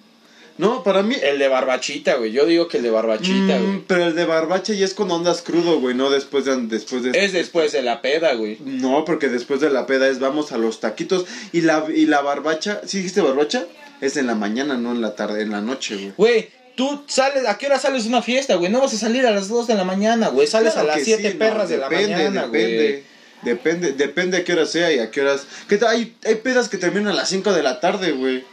[SPEAKER 3] No, para mí.
[SPEAKER 2] El de barbachita, güey. Yo digo que el de barbachita,
[SPEAKER 3] Mm,
[SPEAKER 2] güey.
[SPEAKER 3] pero el de barbacha ya es cuando andas crudo, güey, no después de, después de...
[SPEAKER 2] Es después de la peda, güey.
[SPEAKER 3] No, porque después de la peda es vamos a los taquitos y la, y la barbacha, ¿sí dijiste barbacha? Es en la mañana, no en la tarde, en la noche, güey.
[SPEAKER 2] Güey, tú sales, ¿a qué hora sales de una fiesta, güey? No vas a salir a las 2 de la mañana, güey. Sales
[SPEAKER 3] Claro
[SPEAKER 2] a las
[SPEAKER 3] que
[SPEAKER 2] 7
[SPEAKER 3] sí, no,
[SPEAKER 2] perras de la
[SPEAKER 3] depende,
[SPEAKER 2] mañana, güey.
[SPEAKER 3] Depende, depende, depende a qué hora sea y a qué horas... ¿Qué tal? Hay, hay pedas que terminan a las 5 de la tarde, güey.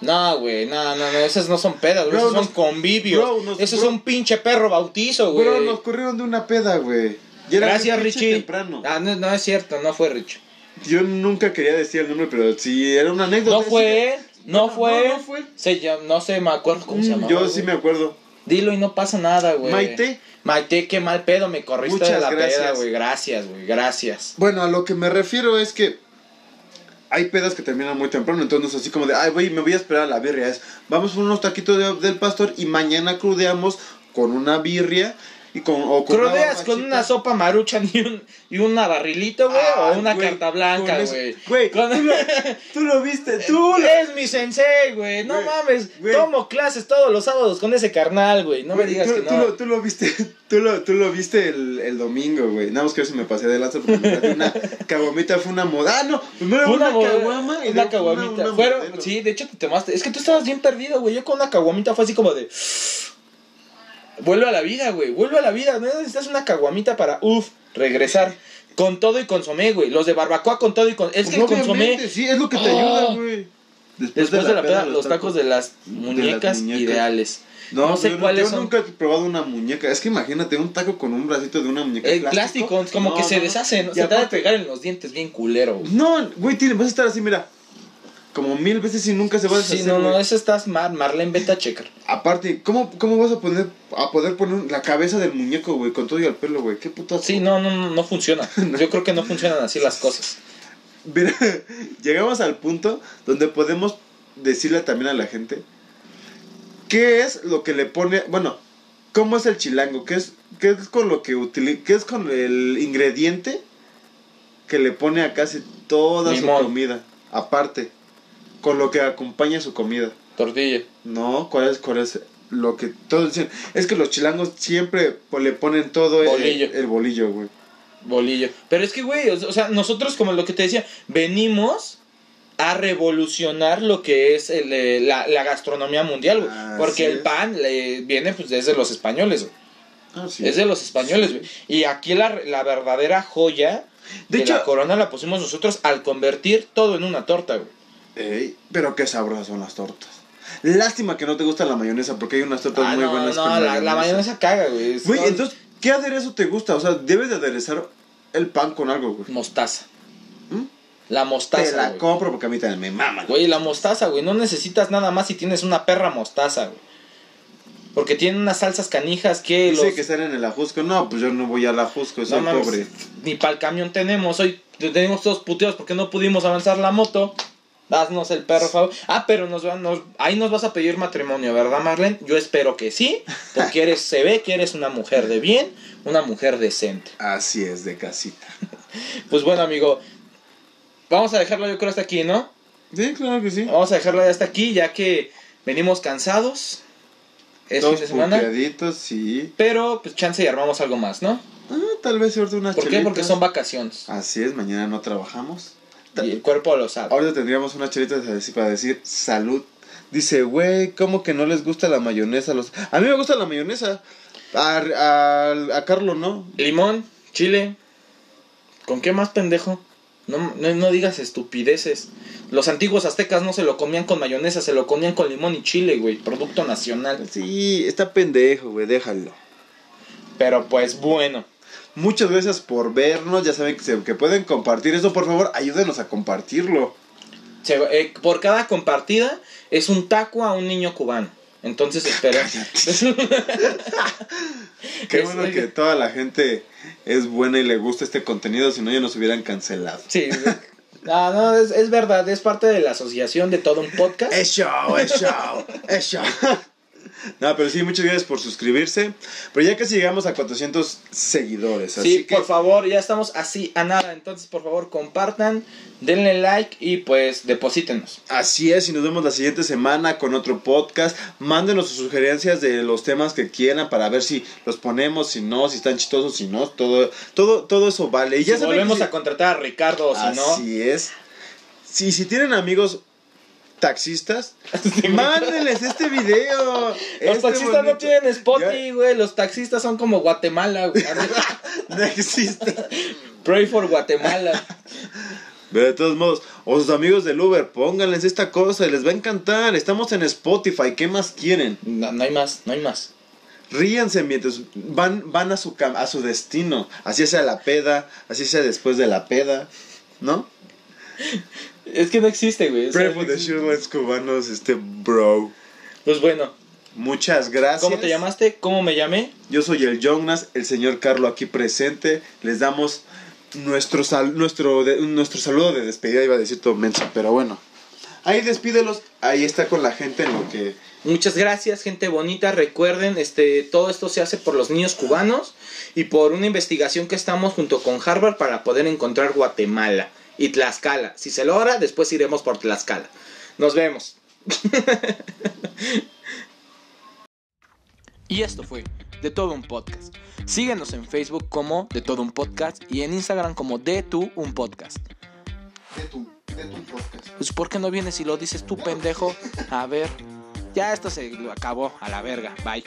[SPEAKER 2] No, güey, no, no, no, esas no son pedas, güey.
[SPEAKER 3] Bro,
[SPEAKER 2] Esos son
[SPEAKER 3] nos-
[SPEAKER 2] convivios.
[SPEAKER 3] bro, nos-
[SPEAKER 2] Eso es
[SPEAKER 3] bro.
[SPEAKER 2] un pinche perro bautizo, güey.
[SPEAKER 3] Pero nos corrieron de una peda, güey. Y era
[SPEAKER 2] Gracias,
[SPEAKER 3] bien pinche
[SPEAKER 2] Richie.
[SPEAKER 3] temprano.
[SPEAKER 2] Ah, no, no es cierto, no fue Richie.
[SPEAKER 3] Yo nunca quería decir el nombre, pero sí, era una anécdota.
[SPEAKER 2] No fue él, no
[SPEAKER 3] No,
[SPEAKER 2] fue
[SPEAKER 3] no,
[SPEAKER 2] él.
[SPEAKER 3] no fue él.
[SPEAKER 2] Se llam- no sé, me acuerdo cómo se
[SPEAKER 3] Mm,
[SPEAKER 2] llamaba.
[SPEAKER 3] Yo
[SPEAKER 2] güey.
[SPEAKER 3] sí me acuerdo.
[SPEAKER 2] Dilo y no pasa nada, güey.
[SPEAKER 3] Maite.
[SPEAKER 2] Maite, qué mal pedo, me corriste de
[SPEAKER 3] Muchas
[SPEAKER 2] la peda,
[SPEAKER 3] gracias.
[SPEAKER 2] güey. Gracias, güey, gracias.
[SPEAKER 3] Bueno, a lo que me refiero es que hay pedas que terminan muy temprano, entonces no es así como de, ay, güey, me voy a esperar a la birria. Es, vamos por unos taquitos de- del pastor y mañana crudeamos con una birria y con, o con una
[SPEAKER 2] Crodeas con
[SPEAKER 3] barbachita.
[SPEAKER 2] una sopa maruchan y, un, y una barrilito, güey,
[SPEAKER 3] Ay,
[SPEAKER 2] o una
[SPEAKER 3] Ah, güey,
[SPEAKER 2] carta blanca,
[SPEAKER 3] con eso-
[SPEAKER 2] güey.
[SPEAKER 3] Güey,
[SPEAKER 2] Con-
[SPEAKER 3] tú, lo, tú lo viste, tú lo-
[SPEAKER 2] es mi sensei, güey. No
[SPEAKER 3] Güey,
[SPEAKER 2] mames,
[SPEAKER 3] güey.
[SPEAKER 2] tomo clases todos los sábados con ese carnal, güey. No me
[SPEAKER 3] Güey,
[SPEAKER 2] digas
[SPEAKER 3] tú,
[SPEAKER 2] que
[SPEAKER 3] tú
[SPEAKER 2] no.
[SPEAKER 3] lo, tú lo viste, tú lo, tú lo viste el, el domingo, güey. Nada más que eso me pasé de lanza porque me traté una caguamita, fue una moda. Ah, no, primero
[SPEAKER 2] Fue
[SPEAKER 3] una,
[SPEAKER 2] mo-
[SPEAKER 3] caguama y
[SPEAKER 2] una
[SPEAKER 3] luego fue
[SPEAKER 2] caguamita.
[SPEAKER 3] una
[SPEAKER 2] Fueron-
[SPEAKER 3] modelo.
[SPEAKER 2] sí, de hecho te tomaste. Es que tú estabas bien perdido, güey. Yo con una caguamita fue así como de. Vuelve a la vida, güey. Vuelve a la vida. No necesitas una caguamita para, uff, regresar. Con todo y consomé, güey. Los de barbacoa con todo y con. Es que el
[SPEAKER 3] Pues,
[SPEAKER 2] consomé.
[SPEAKER 3] obviamente, sí, es lo que te
[SPEAKER 2] Ah.
[SPEAKER 3] ayuda, güey.
[SPEAKER 2] Después de la peda, los tacos de las muñecas
[SPEAKER 3] muñecas.
[SPEAKER 2] ideales.
[SPEAKER 3] No,
[SPEAKER 2] No sé
[SPEAKER 3] yo no-
[SPEAKER 2] cuáles
[SPEAKER 3] yo
[SPEAKER 2] son.
[SPEAKER 3] nunca he probado una muñeca. Es que imagínate un taco con un bracito de una muñeca.
[SPEAKER 2] El plástico, como
[SPEAKER 3] No,
[SPEAKER 2] que
[SPEAKER 3] no,
[SPEAKER 2] se
[SPEAKER 3] no.
[SPEAKER 2] deshace, ¿no?
[SPEAKER 3] Y
[SPEAKER 2] se te ha de
[SPEAKER 3] aparte-
[SPEAKER 2] pegar en los dientes, bien culero. güey.
[SPEAKER 3] No, güey, tiene- vas a estar así, mira. Como mil veces y nunca se va a deshacer.
[SPEAKER 2] Sí, no, no,
[SPEAKER 3] güey.
[SPEAKER 2] eso estás mal. Marlene, vete a checar.
[SPEAKER 3] Aparte, ¿cómo, ¿cómo vas a poner a poder poner la cabeza del muñeco, güey, con todo y al pelo, güey? ¿Qué puto
[SPEAKER 2] Sí, no, no, no, no funciona. Yo creo que no funcionan así las cosas.
[SPEAKER 3] Mira, llegamos al punto donde podemos decirle también a la gente qué es lo que le pone, bueno, cómo es el chilango, qué es, qué es con lo que utiliza, qué es con el ingrediente que le pone a casi toda
[SPEAKER 2] Limón.
[SPEAKER 3] su comida, aparte, con lo que acompaña su comida.
[SPEAKER 2] Tortilla.
[SPEAKER 3] No, cuál es, cuál es lo que todos dicen. Es que los chilangos siempre po- le ponen todo el-
[SPEAKER 2] Bolillo.
[SPEAKER 3] El, bolillo, güey.
[SPEAKER 2] Bolillo. Pero es que, güey, o o sea, nosotros, como lo que te decía, venimos a revolucionar lo que es el, eh, la, la gastronomía mundial, güey.
[SPEAKER 3] Así
[SPEAKER 2] Porque el
[SPEAKER 3] es.
[SPEAKER 2] pan le viene, pues, desde los españoles, güey.
[SPEAKER 3] Ah, sí.
[SPEAKER 2] Es de los españoles, güey. Y aquí la, la verdadera joya de,
[SPEAKER 3] De hecho-
[SPEAKER 2] la corona la pusimos nosotros al convertir todo en una torta, güey.
[SPEAKER 3] Ey, pero qué sabrosas son las tortas. Lástima que no te gusta la mayonesa porque hay unas tortas
[SPEAKER 2] Ah,
[SPEAKER 3] muy
[SPEAKER 2] no,
[SPEAKER 3] buenas.
[SPEAKER 2] no,
[SPEAKER 3] con
[SPEAKER 2] la, la mayonesa caga, güey. Es
[SPEAKER 3] Güey,
[SPEAKER 2] con
[SPEAKER 3] entonces, ¿qué aderezo te gusta? O sea, debes de aderezar el pan con algo, güey.
[SPEAKER 2] Mostaza.
[SPEAKER 3] ¿Mm?
[SPEAKER 2] La
[SPEAKER 3] Te
[SPEAKER 2] mostaza,
[SPEAKER 3] la
[SPEAKER 2] güey.
[SPEAKER 3] compro porque a mí también me mama.
[SPEAKER 2] Güey, la mostaza, güey. No necesitas nada más si tienes una perra mostaza, güey. Porque tiene unas salsas canijas que
[SPEAKER 3] Dice
[SPEAKER 2] los...
[SPEAKER 3] que están en el ajusco. No, pues yo no voy al ajusco, soy
[SPEAKER 2] no mames,
[SPEAKER 3] pobre.
[SPEAKER 2] Ni para el camión tenemos. Hoy tenemos todos puteados porque no pudimos avanzar la moto. Dásnos el perro, favor. Ah, pero nos, va- nos- ahí nos vas a pedir matrimonio, ¿verdad, Marlene? Yo espero que sí. Porque eres, se ve que eres una mujer de bien, una mujer decente.
[SPEAKER 3] Así es, de casita.
[SPEAKER 2] Pues bueno, amigo. Vamos a dejarlo, yo creo, hasta aquí, ¿no?
[SPEAKER 3] Sí, claro que sí.
[SPEAKER 2] Vamos a dejarlo ya hasta aquí, ya que venimos cansados. Es
[SPEAKER 3] Dos
[SPEAKER 2] fin de semana.
[SPEAKER 3] puteaditos, sí.
[SPEAKER 2] Pero, pues, chance y armamos algo más, ¿no?
[SPEAKER 3] Ah, tal vez ahorita unas
[SPEAKER 2] ¿Por qué? Porque
[SPEAKER 3] chelitas. Ah,
[SPEAKER 2] son vacaciones.
[SPEAKER 3] Así es, mañana no trabajamos. Ta-
[SPEAKER 2] Y el cuerpo lo sabe.
[SPEAKER 3] Ahorita tendríamos unas chelitas así para decir salud. Dice, güey, ¿cómo que no les gusta la mayonesa? a Los... A mí me gusta la mayonesa. A, a, a Carlos no.
[SPEAKER 2] Limón, chile. ¿Con qué más, pendejo? No, no, no digas estupideces. Los antiguos aztecas no se lo comían con mayonesa, se lo comían con limón y chile, güey. Producto nacional.
[SPEAKER 3] Pues Sí, está pendejo, güey, déjalo.
[SPEAKER 2] Pero pues bueno.
[SPEAKER 3] Muchas gracias por vernos. Ya saben que, se- que pueden compartir eso. Por favor, ayúdenos a compartirlo.
[SPEAKER 2] Se- eh, por cada compartida es un taco a un niño cubano. Entonces espera.
[SPEAKER 3] Qué
[SPEAKER 2] Es-
[SPEAKER 3] bueno que toda la gente es buena y le gusta este contenido, si no ya nos hubieran cancelado.
[SPEAKER 2] Sí. No, no, es, es verdad, es parte de la asociación de todo un podcast.
[SPEAKER 3] Es show, es show, es show. No, pero sí, muchas gracias por suscribirse. Pero ya casi llegamos a 400 seguidores.
[SPEAKER 2] Sí,
[SPEAKER 3] así que
[SPEAKER 2] por favor, ya estamos así a nada. Entonces, por favor, compartan, denle like y pues deposítenos.
[SPEAKER 3] Así es, y nos vemos la siguiente semana con otro podcast. Mándenos sus sugerencias de los temas que quieran para ver si los ponemos, si no, si están chistosos, si no, todo, todo, todo eso vale. Y
[SPEAKER 2] Y ya
[SPEAKER 3] ya
[SPEAKER 2] si
[SPEAKER 3] saben que
[SPEAKER 2] volvemos
[SPEAKER 3] si-
[SPEAKER 2] a contratar a Ricardo, o si no.
[SPEAKER 3] Así es. Sí, si tienen amigos taxistas, mándenles este video.
[SPEAKER 2] Los
[SPEAKER 3] Este
[SPEAKER 2] taxistas no
[SPEAKER 3] bonito-
[SPEAKER 2] tienen Spotify,
[SPEAKER 3] Ya-
[SPEAKER 2] güey. Los taxistas son como Guatemala, güey.
[SPEAKER 3] No existe.
[SPEAKER 2] Pray for Guatemala.
[SPEAKER 3] Pero de todos modos, o sus amigos del Uber, pónganles esta cosa y les va a encantar. Estamos en Spotify, ¿qué más quieren?
[SPEAKER 2] No, no hay más, no hay más.
[SPEAKER 3] Ríanse mientras van, van a, su cam- a su destino. Así sea la peda, así sea después de la peda, ¿no?
[SPEAKER 2] Es que no existe, güey. o sea,
[SPEAKER 3] Pray
[SPEAKER 2] no
[SPEAKER 3] for the
[SPEAKER 2] existe.
[SPEAKER 3] shirtless cubanos, este bro.
[SPEAKER 2] Pues bueno,
[SPEAKER 3] Muchas gracias.
[SPEAKER 2] ¿cómo te llamaste? ¿Cómo me llamé?
[SPEAKER 3] Yo soy el Jonas, el señor Carlo aquí presente. Les damos nuestro, sal- nuestro, de- nuestro saludo de despedida, iba a decir todo menso, pero bueno. Ahí despídelos, ahí está con la gente en lo que...
[SPEAKER 2] Muchas gracias, gente bonita. Recuerden, este, todo esto se hace por los niños cubanos y por una investigación que estamos junto con Harvard para poder encontrar Guatemala y Tlaxcala. Si se logra, después iremos por Tlaxcala. Nos vemos. y esto fue De Todo Un Podcast. Síguenos en Facebook como De Todo Un Podcast y en Instagram como De Tu Un Podcast.
[SPEAKER 4] de tu, de tu podcast.
[SPEAKER 2] Pues ¿por qué no vienes y lo dices tú, pendejo? A ver. Ya esto se acabó, a la verga. Bye.